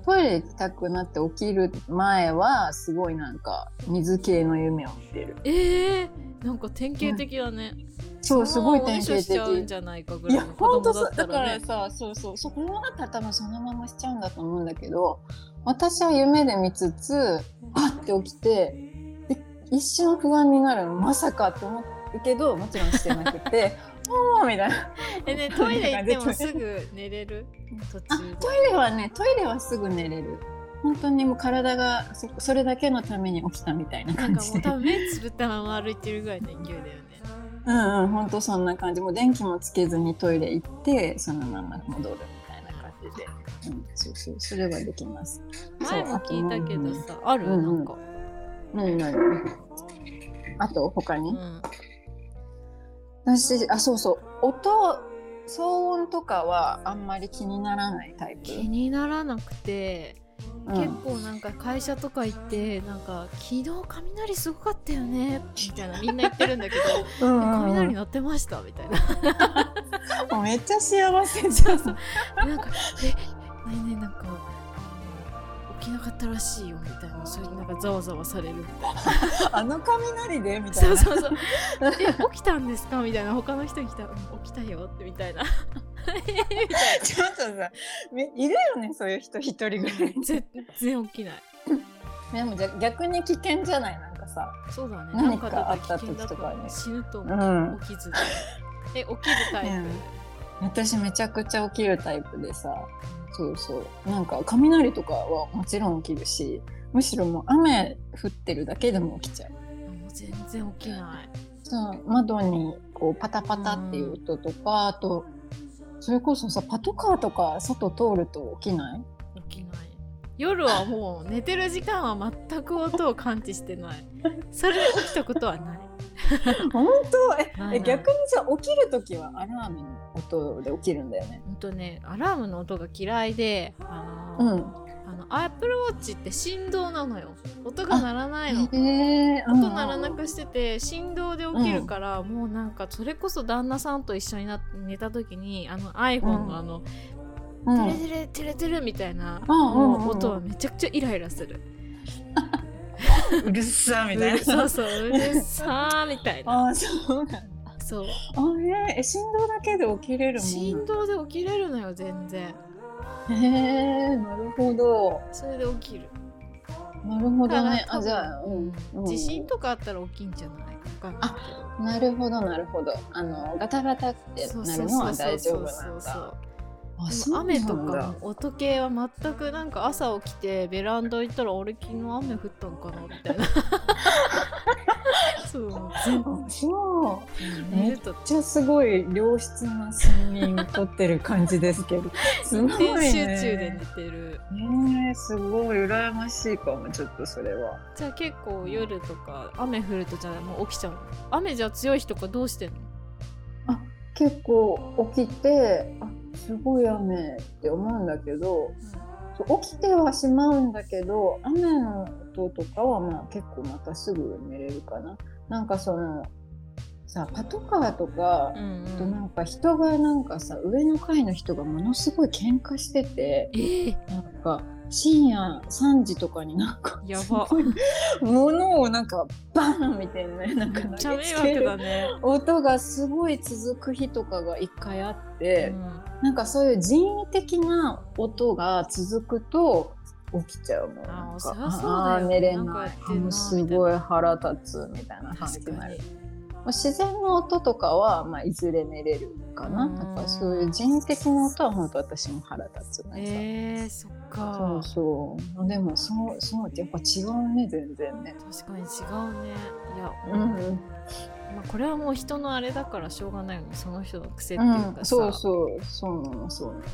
[SPEAKER 2] トイレ行きたくなって起きる前はすごいなんか水系の夢を見てる。
[SPEAKER 1] ええー、なんか典型的だね、
[SPEAKER 2] そう、すごい
[SPEAKER 1] そのまま
[SPEAKER 2] 典型
[SPEAKER 1] おねしょしちゃうん
[SPEAKER 2] 的。
[SPEAKER 1] じゃないかぐら
[SPEAKER 2] い
[SPEAKER 1] い
[SPEAKER 2] や
[SPEAKER 1] の、
[SPEAKER 2] ほ
[SPEAKER 1] 子
[SPEAKER 2] ん
[SPEAKER 1] 供
[SPEAKER 2] とそ
[SPEAKER 1] だ
[SPEAKER 2] う
[SPEAKER 1] っ、た
[SPEAKER 2] だからら
[SPEAKER 1] ね
[SPEAKER 2] さ、そうそう、そう、子供だったら多分そのまましちゃうんだと思うんだけど、私は夢で見つつ、パッて起きて、で一瞬不安になるの、まさかって思うけど、もちろんしてなくて、 おーみたいな。
[SPEAKER 1] えねトイレ行ってもすぐ寝れる途
[SPEAKER 2] あ
[SPEAKER 1] 中、
[SPEAKER 2] トイレはね、トイレはすぐ寝れる。本当にもう体がそそれだけのために起きたみたいな
[SPEAKER 1] でなん
[SPEAKER 2] 感
[SPEAKER 1] か
[SPEAKER 2] じ
[SPEAKER 1] も
[SPEAKER 2] で
[SPEAKER 1] う多分目つぶったまま歩いてるぐらいの勢いだよね
[SPEAKER 2] うんうん、本当そんな感じ。もう電気もつけずにトイレ行って、そのまま戻るみたいな感じで。うん、そうそう、それはできます。
[SPEAKER 1] 前も聞いたけど
[SPEAKER 2] そう
[SPEAKER 1] さある
[SPEAKER 2] うん
[SPEAKER 1] な
[SPEAKER 2] うん
[SPEAKER 1] んか、
[SPEAKER 2] 何何あと、他
[SPEAKER 1] う
[SPEAKER 2] に、
[SPEAKER 1] ん、
[SPEAKER 2] 私、あ、そうそう、音、騒音とかはあんまり気にならないタイプ。
[SPEAKER 1] 気にならなくて
[SPEAKER 2] うん
[SPEAKER 1] 結構なんか会社とか行ってなんか「昨日雷すごかったよね」みたいなみんな言ってるんだけど「
[SPEAKER 2] うんうんうん
[SPEAKER 1] 雷鳴ってました」みたいな
[SPEAKER 2] もうめっちゃ幸せじゃん。
[SPEAKER 1] なんか「えねえねえなんかあの起きなかったらしいよ」みたいなそれでなんかざわざわされるみたいな
[SPEAKER 2] あの雷でみたいな。
[SPEAKER 1] そうそうそう「え起きたんですか?」みたいな他の人に来たらうん「起きたよ」ってみたいな
[SPEAKER 2] ちょっとさ、めいるよね、そういう人一人ぐらい。
[SPEAKER 1] 全然起きない
[SPEAKER 2] でもじゃ逆に危険じゃないなんかさ。
[SPEAKER 1] そうだね
[SPEAKER 2] 何か
[SPEAKER 1] なんだ危険
[SPEAKER 2] あった時とかね
[SPEAKER 1] 死ぬと
[SPEAKER 2] う
[SPEAKER 1] 思う、
[SPEAKER 2] ん。
[SPEAKER 1] 起きずにえ起きるタイプ、
[SPEAKER 2] うん私めちゃくちゃ起きるタイプでさそうそうなんか雷とかはもちろん起きるしむしろもう雨降ってるだけでも起きちゃう
[SPEAKER 1] もう全然起きない。
[SPEAKER 2] そう窓にこうパタパタっていう音とかあとそれこそさパトカーとか外通ると起きない
[SPEAKER 1] 起きない。夜はもう寝てる時間は全く音を感知して ない。それで起きたことはない。
[SPEAKER 2] 本当え
[SPEAKER 1] ないない
[SPEAKER 2] え逆にさ起きる時はアラームの音で起きるんだよね
[SPEAKER 1] ほんとね、アラームの音が嫌いで、あ
[SPEAKER 2] う
[SPEAKER 1] の
[SPEAKER 2] ん
[SPEAKER 1] の AppleWatch って振動なのよ音が鳴らないの
[SPEAKER 2] えー、
[SPEAKER 1] 音鳴らな
[SPEAKER 2] うん
[SPEAKER 1] くしてて振動で起きるから、もうなんかそれこそ旦那さんと一緒になって寝た時にあの iPhone の
[SPEAKER 2] うん
[SPEAKER 1] あの、
[SPEAKER 2] うん
[SPEAKER 1] テレテレテレテレみたいな、
[SPEAKER 2] うんうんうん
[SPEAKER 1] もう音はめちゃくちゃイライラする、
[SPEAKER 2] うるさみた い
[SPEAKER 1] そ
[SPEAKER 2] な
[SPEAKER 1] う。そううるさーみたいな
[SPEAKER 2] ああ、そうなんだ。
[SPEAKER 1] そう
[SPEAKER 2] あええ振動だけで起きれるもん。
[SPEAKER 1] 振動で起きれるのよ全然
[SPEAKER 2] へえ、なるほど。
[SPEAKER 1] それで起きる
[SPEAKER 2] なるほ
[SPEAKER 1] だ
[SPEAKER 2] ど
[SPEAKER 1] から
[SPEAKER 2] ね。
[SPEAKER 1] 多
[SPEAKER 2] あ、
[SPEAKER 1] 分
[SPEAKER 2] じゃあ、うん。うん
[SPEAKER 1] 地震とかあったら起きんじゃないかんないけど
[SPEAKER 2] なるほど、なるほど。あの、ガタガタって
[SPEAKER 1] そう
[SPEAKER 2] な
[SPEAKER 1] そ
[SPEAKER 2] る
[SPEAKER 1] う
[SPEAKER 2] の
[SPEAKER 1] そ
[SPEAKER 2] は
[SPEAKER 1] う
[SPEAKER 2] 大丈
[SPEAKER 1] そ
[SPEAKER 2] 夫
[SPEAKER 1] う
[SPEAKER 2] なん
[SPEAKER 1] そ
[SPEAKER 2] だ。
[SPEAKER 1] う
[SPEAKER 2] あ
[SPEAKER 1] で
[SPEAKER 2] そ
[SPEAKER 1] も
[SPEAKER 2] うなんだ
[SPEAKER 1] 雨とかも音系は全くなんか朝起きてベランダ行ったら俺昨日雨降ったんかなみ たいなそう全部
[SPEAKER 2] そう。
[SPEAKER 1] 寝ると
[SPEAKER 2] めっちゃすごい良質な睡眠をとってる感じで すけど。すごい、
[SPEAKER 1] 全
[SPEAKER 2] ね。
[SPEAKER 1] 集中で寝てる
[SPEAKER 2] ねえ、すごい羨ましいかも、ちょっとそれは。
[SPEAKER 1] じゃあ結構夜とか雨降るとじゃあもう起きちゃう雨じゃ強い日とかどうしてんの
[SPEAKER 2] 結構起きて、あ、すごい雨って思うんだけど、そう起きてはしまうんだけど雨の音とかはまあ結構またすぐ寝れるかななんかそのさパトカーとか
[SPEAKER 1] う、ん
[SPEAKER 2] あ
[SPEAKER 1] う
[SPEAKER 2] と
[SPEAKER 1] ん
[SPEAKER 2] なんか人がなんかさ上の階の人がものすごい喧嘩してて
[SPEAKER 1] えー、
[SPEAKER 2] なんか深夜3時とかになんか
[SPEAKER 1] やば
[SPEAKER 2] すごい物をなんかバーンみたいななん
[SPEAKER 1] め
[SPEAKER 2] か
[SPEAKER 1] っちゃ
[SPEAKER 2] 投げ
[SPEAKER 1] 迷
[SPEAKER 2] つけ
[SPEAKER 1] 惑
[SPEAKER 2] る
[SPEAKER 1] だね、
[SPEAKER 2] 音がすごい続く日とかが一回あって。
[SPEAKER 1] うん
[SPEAKER 2] なんかそういう人為的な音が続くと起きちゃうもん。
[SPEAKER 1] あ
[SPEAKER 2] なん
[SPEAKER 1] ー
[SPEAKER 2] か
[SPEAKER 1] そりゃそうだよ
[SPEAKER 2] あー寝れ
[SPEAKER 1] なんか
[SPEAKER 2] な
[SPEAKER 1] やっ
[SPEAKER 2] い
[SPEAKER 1] てん。
[SPEAKER 2] あ
[SPEAKER 1] な
[SPEAKER 2] もうすごい腹立つみたいな感じ
[SPEAKER 1] 確
[SPEAKER 2] に
[SPEAKER 1] か
[SPEAKER 2] なる
[SPEAKER 1] に。
[SPEAKER 2] もう自然の音とかは、まあ、いずれ寝れるかな。
[SPEAKER 1] うん
[SPEAKER 2] だからそういう人為的な音は本当私も腹立つね。
[SPEAKER 1] えー、そっ
[SPEAKER 2] そ
[SPEAKER 1] か
[SPEAKER 2] うそう。でもそうそうやっぱ違うね全然ね。
[SPEAKER 1] 確かに違うねいや、
[SPEAKER 2] うん、
[SPEAKER 1] まあ、これはもう人のあれだからしょうがないよねその人の癖っていうかさ、
[SPEAKER 2] うん、そうそうそうなのそうなの。
[SPEAKER 1] ぜ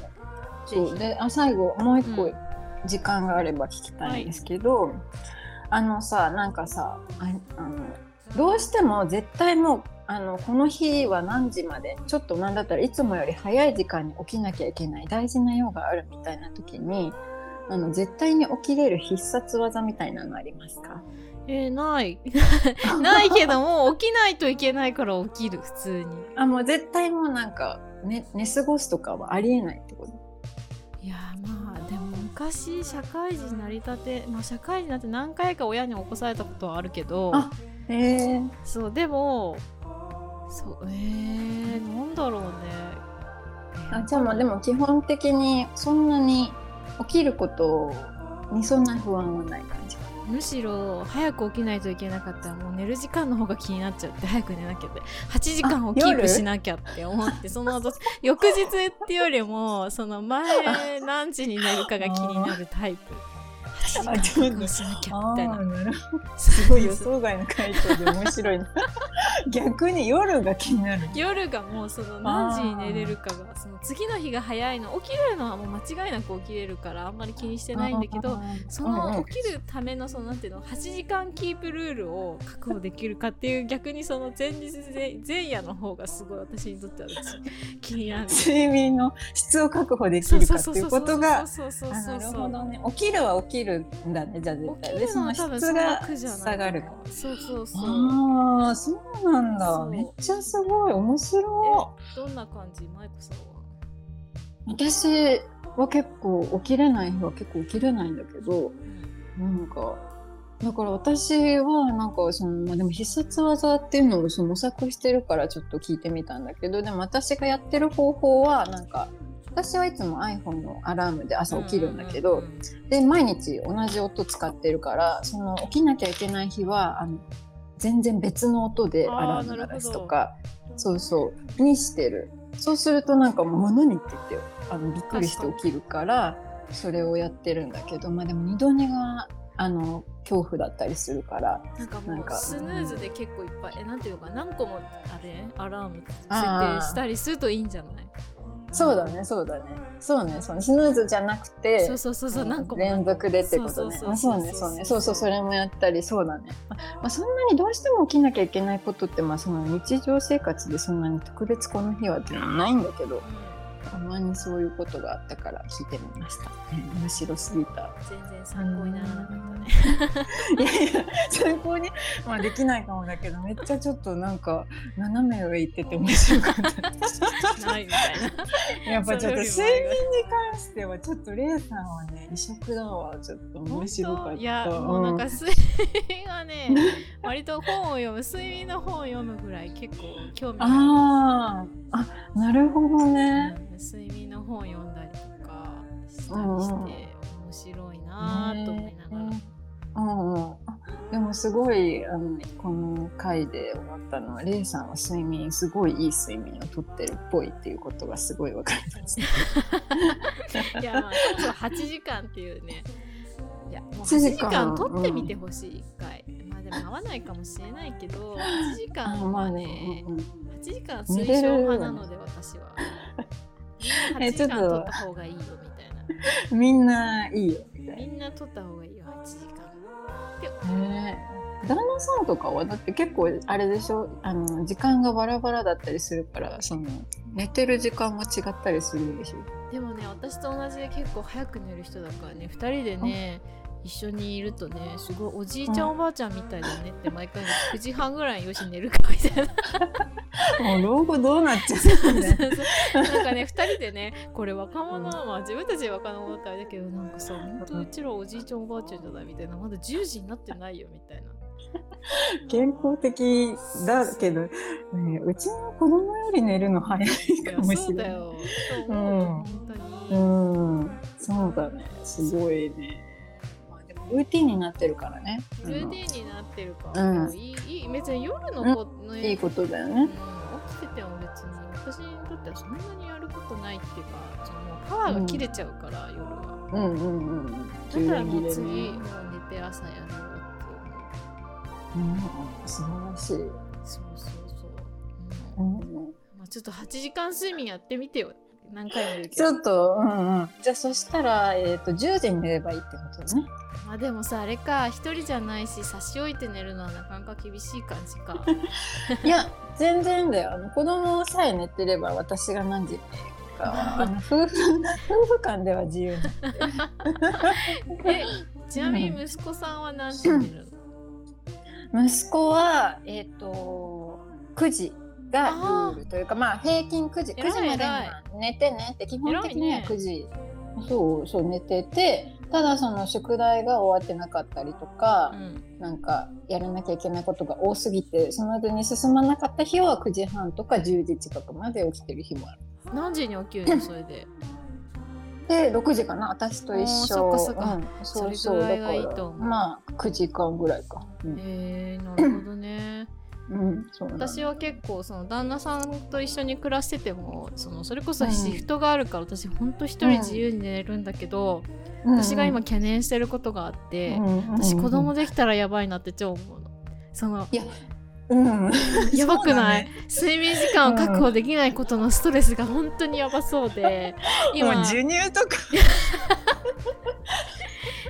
[SPEAKER 1] ひ
[SPEAKER 2] そうであ最後もう一
[SPEAKER 1] う
[SPEAKER 2] 個
[SPEAKER 1] ん
[SPEAKER 2] 時間があれば聞きたいんですけど、あのさなんかさああのどうしても絶対もうあのこの日は何時までちょっとなんだったらいつもより早い時間に起きなきゃいけない大事な用があるみたいな時にあの絶対に起きれる必殺技みたいなのあります か
[SPEAKER 1] えー、ない ないけども起きないといけないから起きる普通に
[SPEAKER 2] あもう絶対もうなんか寝寝過ごすとかはありえないってこと
[SPEAKER 1] いやーまあでも昔社会人なりたて、まあ、社会人になって何回か親に起こされたことはあるけど
[SPEAKER 2] あへえ
[SPEAKER 1] そうでもそうえー、なんだろうね
[SPEAKER 2] あじゃあまあでも基本的にそんなに起きることにそんな不安はない感じ。
[SPEAKER 1] むしろ早く起きないといけなかったらもう寝る時間の方が気になっちゃって早く寝なきゃって8時間をキープしなきゃって思ってその後翌日ってよりもその前何時に寝るかが気になるタイ プ8時間確保しなきゃみたいな
[SPEAKER 2] なる
[SPEAKER 1] す
[SPEAKER 2] 外の回答で面白 いな逆に夜が気になる。
[SPEAKER 1] 夜がもうその何時に寝れるかがその次の日が早いの起きれるのはもう間違いなく起きれるからあんまり気にしてないんだけどその起きるためのそのなんていうの8時間キープルールを確保できるかっていう逆にその前日前前夜の方がすごい私にとっては気になる。
[SPEAKER 2] 睡眠の質を確保できるかっていうことが。
[SPEAKER 1] そうそう
[SPEAKER 2] あ
[SPEAKER 1] そ
[SPEAKER 2] な
[SPEAKER 1] う
[SPEAKER 2] る
[SPEAKER 1] そ
[SPEAKER 2] ほ
[SPEAKER 1] う。
[SPEAKER 2] どね。起きるは起きるんだね。じゃあ絶
[SPEAKER 1] 起
[SPEAKER 2] 対
[SPEAKER 1] き
[SPEAKER 2] で
[SPEAKER 1] る
[SPEAKER 2] そ
[SPEAKER 1] の
[SPEAKER 2] の
[SPEAKER 1] は多
[SPEAKER 2] 質
[SPEAKER 1] 分それが
[SPEAKER 2] が
[SPEAKER 1] 苦じゃない
[SPEAKER 2] 下がる。
[SPEAKER 1] そうそうそう。
[SPEAKER 2] ああそうなんだ
[SPEAKER 1] そ。う
[SPEAKER 2] めっちゃすごい面白い。
[SPEAKER 1] えどんな感じマイコさんは
[SPEAKER 2] 私は結構起きれない日は結構起きれないんだけどなんかだから私はなんかその、まあ、でも必殺技っていうのをその模索してるからちょっと聞いてみたんだけどでも私がやってる方法はなんか私はいつも iPhone のアラームで朝起きるんだけど、
[SPEAKER 1] うんうんうん
[SPEAKER 2] で毎日同じ音使ってるからその起きなきゃいけない日はあの全然別の音でアラーム鳴らすとかそうそうにしてるそうするとなんかもう物にってってあのびっくりして起きるからそれをやってるんだけどまあでも二度寝があの恐怖だったりするから
[SPEAKER 1] なんか
[SPEAKER 2] な
[SPEAKER 1] も
[SPEAKER 2] ん
[SPEAKER 1] う
[SPEAKER 2] か
[SPEAKER 1] スヌーズで結構いっぱいえなんていうのか何個もあれアラーム設定したりするといいんじゃない
[SPEAKER 2] そうだねそうだねそうねそうねスヌーズじゃなくて
[SPEAKER 1] そうそうそうそう、何個も
[SPEAKER 2] 連続でってことね。あそうね、そうね、そうそう、それもやったり、そうだね。まあまあ、そんなにどうしても起きなきゃいけないことって、まあ、その日常生活でそんなに特別この日はっていうのはないんだけど。
[SPEAKER 1] う
[SPEAKER 2] たまにそういうことがあったから聞いてみました、ね、面白すぎ た
[SPEAKER 1] 全然参考にならなかったね。
[SPEAKER 2] いやいや参考に、まあ、できないかもだけどめっちゃちょっとなんか斜め上行ってて面白かった
[SPEAKER 1] ないみたいな。
[SPEAKER 2] やっぱちょっと睡
[SPEAKER 1] それよ
[SPEAKER 2] 眠
[SPEAKER 1] り
[SPEAKER 2] に関してはちょっとレイさんはね異色だわちょっと 面白かった
[SPEAKER 1] いや、もうなんか睡眠がね、 割と本を読む、睡眠の本を読むぐらい結構興味があ
[SPEAKER 2] あーあなるほどね
[SPEAKER 1] る、うん睡眠の本を読んだりとかしたりして、
[SPEAKER 2] うんうん
[SPEAKER 1] 面白いなぁと思いながら。
[SPEAKER 2] ねうんうんあでもすごいあのこの回で思ったのはレイさんは睡眠すごいいい睡眠をとってるっぽいっていうことがすごい分かりました
[SPEAKER 1] いや、まあ、そもそも8時間っていうね。いや、もう8
[SPEAKER 2] 8
[SPEAKER 1] 時
[SPEAKER 2] 時
[SPEAKER 1] 間
[SPEAKER 2] 間
[SPEAKER 1] 取ってみてほしい、一回。まあでも合わないかもしれないけど、8時
[SPEAKER 2] あ
[SPEAKER 1] 間はね、
[SPEAKER 2] うんうん
[SPEAKER 1] 8時間推
[SPEAKER 2] 寝
[SPEAKER 1] 奨
[SPEAKER 2] れる
[SPEAKER 1] 派なので私は。8
[SPEAKER 2] え
[SPEAKER 1] 時
[SPEAKER 2] ちょっと
[SPEAKER 1] 間取った方がいいよみたいな。
[SPEAKER 2] みんないいよみた
[SPEAKER 1] み
[SPEAKER 2] い
[SPEAKER 1] んな取った方がいいよ、8時間。
[SPEAKER 2] な。ね旦那さんとかはだって結構あれでしょあの時間がバラバラだったりするからその寝てる時間も違ったりする でしょ
[SPEAKER 1] でもね、私と同じで結構早く寝る人だからね、2人でね、一緒にいるとね、すごいおじいちゃんおばあちゃんみたいだねって毎回9時半ぐらいによし寝るかみたいな。
[SPEAKER 2] もう老後どうなっちゃうのね
[SPEAKER 1] なんかね、2人でね、これ若者は、まあ、自分たちで若者だったらあれだけど、なんかさ、本当うちらおじいちゃんおばあちゃんじゃないみたいな、まだ10時になってないよみたいな。
[SPEAKER 2] 健康的だけど、ね、うちの子供より寝るの早い
[SPEAKER 1] いや
[SPEAKER 2] かも
[SPEAKER 1] そ
[SPEAKER 2] し
[SPEAKER 1] う
[SPEAKER 2] れ
[SPEAKER 1] だ
[SPEAKER 2] ない。
[SPEAKER 1] よ。そう思う、本当
[SPEAKER 2] う
[SPEAKER 1] に。
[SPEAKER 2] んそうだねすごいね。まあでもルーティンになってるからね。
[SPEAKER 1] ルーティンになってるから、
[SPEAKER 2] うん
[SPEAKER 1] でもいいいい別に夜のこ、の
[SPEAKER 2] いいことだよ
[SPEAKER 1] うん
[SPEAKER 2] ね。
[SPEAKER 1] 起きてても別に私にとってはそんなにやることないっていうかそのパワーが切れちゃうから、夜は
[SPEAKER 2] うんうんうんうん。
[SPEAKER 1] だからもう
[SPEAKER 2] 急
[SPEAKER 1] 次
[SPEAKER 2] に
[SPEAKER 1] も
[SPEAKER 2] ね
[SPEAKER 1] う寝て朝やろうって
[SPEAKER 2] うん素晴らしい。
[SPEAKER 1] 思うそうそうそう、
[SPEAKER 2] う
[SPEAKER 1] うん
[SPEAKER 2] ん
[SPEAKER 1] まあ、ちょっと8時間睡眠やってみてよ何回も言うけ
[SPEAKER 2] ち
[SPEAKER 1] ど
[SPEAKER 2] ょっと、うんうん。じゃあそしたら、えっ、と、10時に寝ればいいってこ とね。
[SPEAKER 1] まあでもさあれか一人じゃないし差し置いて寝るのはなかなか厳しい感じ か
[SPEAKER 2] いや、全然だよ。あの子供さえ寝てれば私が何時に寝るかは、あ の夫婦、夫婦間では自由な。
[SPEAKER 1] えちなみに息子さんは何時に寝るの
[SPEAKER 2] 息子は、えっ、と、9時。がルールというかまあ平均9時
[SPEAKER 1] 偉
[SPEAKER 2] 9
[SPEAKER 1] い
[SPEAKER 2] 時までには寝てねって基本的に
[SPEAKER 1] 偉
[SPEAKER 2] は
[SPEAKER 1] いね
[SPEAKER 2] 9時、そうそう寝ててただその宿題が終わってなかったりとか、
[SPEAKER 1] うん
[SPEAKER 2] なんかやらなきゃいけないことが多すぎてその後に進まなかった日は9時半とか10時近くまで起きてる日もある
[SPEAKER 1] 何時に起きるのそれ で
[SPEAKER 2] で6時かな私と一
[SPEAKER 1] お
[SPEAKER 2] 緒
[SPEAKER 1] ーそっかそっか
[SPEAKER 2] うん、そう
[SPEAKER 1] そ
[SPEAKER 2] そう
[SPEAKER 1] れぐら
[SPEAKER 2] だ
[SPEAKER 1] いが
[SPEAKER 2] か
[SPEAKER 1] いいと
[SPEAKER 2] ら
[SPEAKER 1] 思う
[SPEAKER 2] まあ9時間ぐらいかうん、
[SPEAKER 1] えー、なるほどね
[SPEAKER 2] うん、そうなんだ
[SPEAKER 1] 私は結構その旦那さんと一緒に暮らしててもそのそれこそ
[SPEAKER 2] うん
[SPEAKER 1] シフトがあるから私ほんと一人自由に寝れるんだけど、
[SPEAKER 2] うん
[SPEAKER 1] 私が今懸念してることがあって、
[SPEAKER 2] うん
[SPEAKER 1] 私子供
[SPEAKER 2] で
[SPEAKER 1] できたらやばいなって超思うの。その
[SPEAKER 2] いやうん、うん、
[SPEAKER 1] やばくない、
[SPEAKER 2] そ
[SPEAKER 1] 睡眠時間を確保できないことのストレスが本当にやばそう で今
[SPEAKER 2] もう授乳とか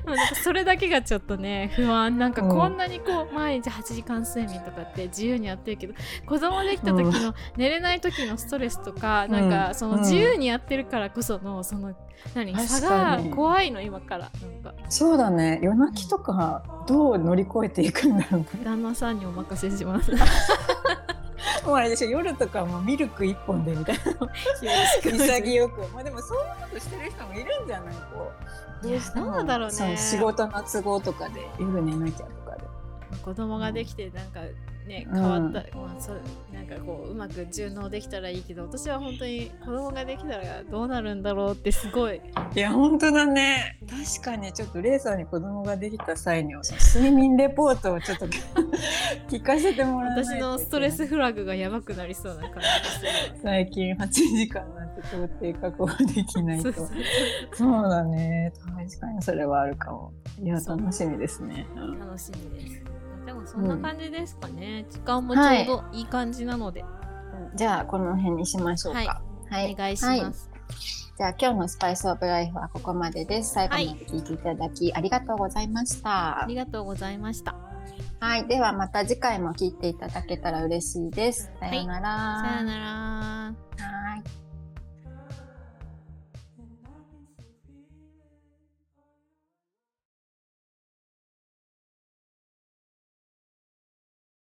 [SPEAKER 1] うんなんかそれだけがちょっとね不安なんか
[SPEAKER 2] うん
[SPEAKER 1] こんなにこう毎日8時間睡眠とかって自由にやってるけど子供できた時の寝れない時のストレスとか、
[SPEAKER 2] うん
[SPEAKER 1] なんかその
[SPEAKER 2] うん
[SPEAKER 1] 自由にやってるからこそのその何
[SPEAKER 2] 確かに
[SPEAKER 1] 差が怖いの今からなんか
[SPEAKER 2] そうだね夜泣きとかどう乗り越えていくんだろうね
[SPEAKER 1] 旦那さんにお任せしますよ
[SPEAKER 2] もうあれでしょ夜とかもうミルク一本でみたいな
[SPEAKER 1] ろ しくお願いします
[SPEAKER 2] 潔く まあでもそういうことしてる人もいるんじゃないこう
[SPEAKER 1] いやどうなんだろうね
[SPEAKER 2] そう仕事の都合とかで夜寝なきゃとかで
[SPEAKER 1] 子供ができてなんかね
[SPEAKER 2] うん
[SPEAKER 1] 変わった、まあ、そうなんかこううまく順応できたらいいけど私は本当に子供ができたらどうなるんだろうってすごい
[SPEAKER 2] いや本当だね確かにちょっとレイさんに子供ができた際にはその睡眠レポートをちょっと 聞かせてもらわないと
[SPEAKER 1] 私のストレスフラグがやばくなりそうな感じがする
[SPEAKER 2] 最近8時間なんて到底確保できない
[SPEAKER 1] そう
[SPEAKER 2] と
[SPEAKER 1] そうそう
[SPEAKER 2] そうだね確かにそれはあるかもいや
[SPEAKER 1] そう
[SPEAKER 2] 楽しみですね、うん
[SPEAKER 1] 楽しみですでもそんな感じですかね、時間もちょうどいい感じなので、
[SPEAKER 2] じゃあこの辺にしましょうかは
[SPEAKER 1] お願いします、
[SPEAKER 2] じゃあ今日のスパイスオブライフはここまでです。最後まで聞いていただきありがとうございました。
[SPEAKER 1] あ
[SPEAKER 2] は
[SPEAKER 1] りがとうございました
[SPEAKER 2] い、ではまた次回も聞いていただけたら嬉しいです。さようなら。
[SPEAKER 1] さよなら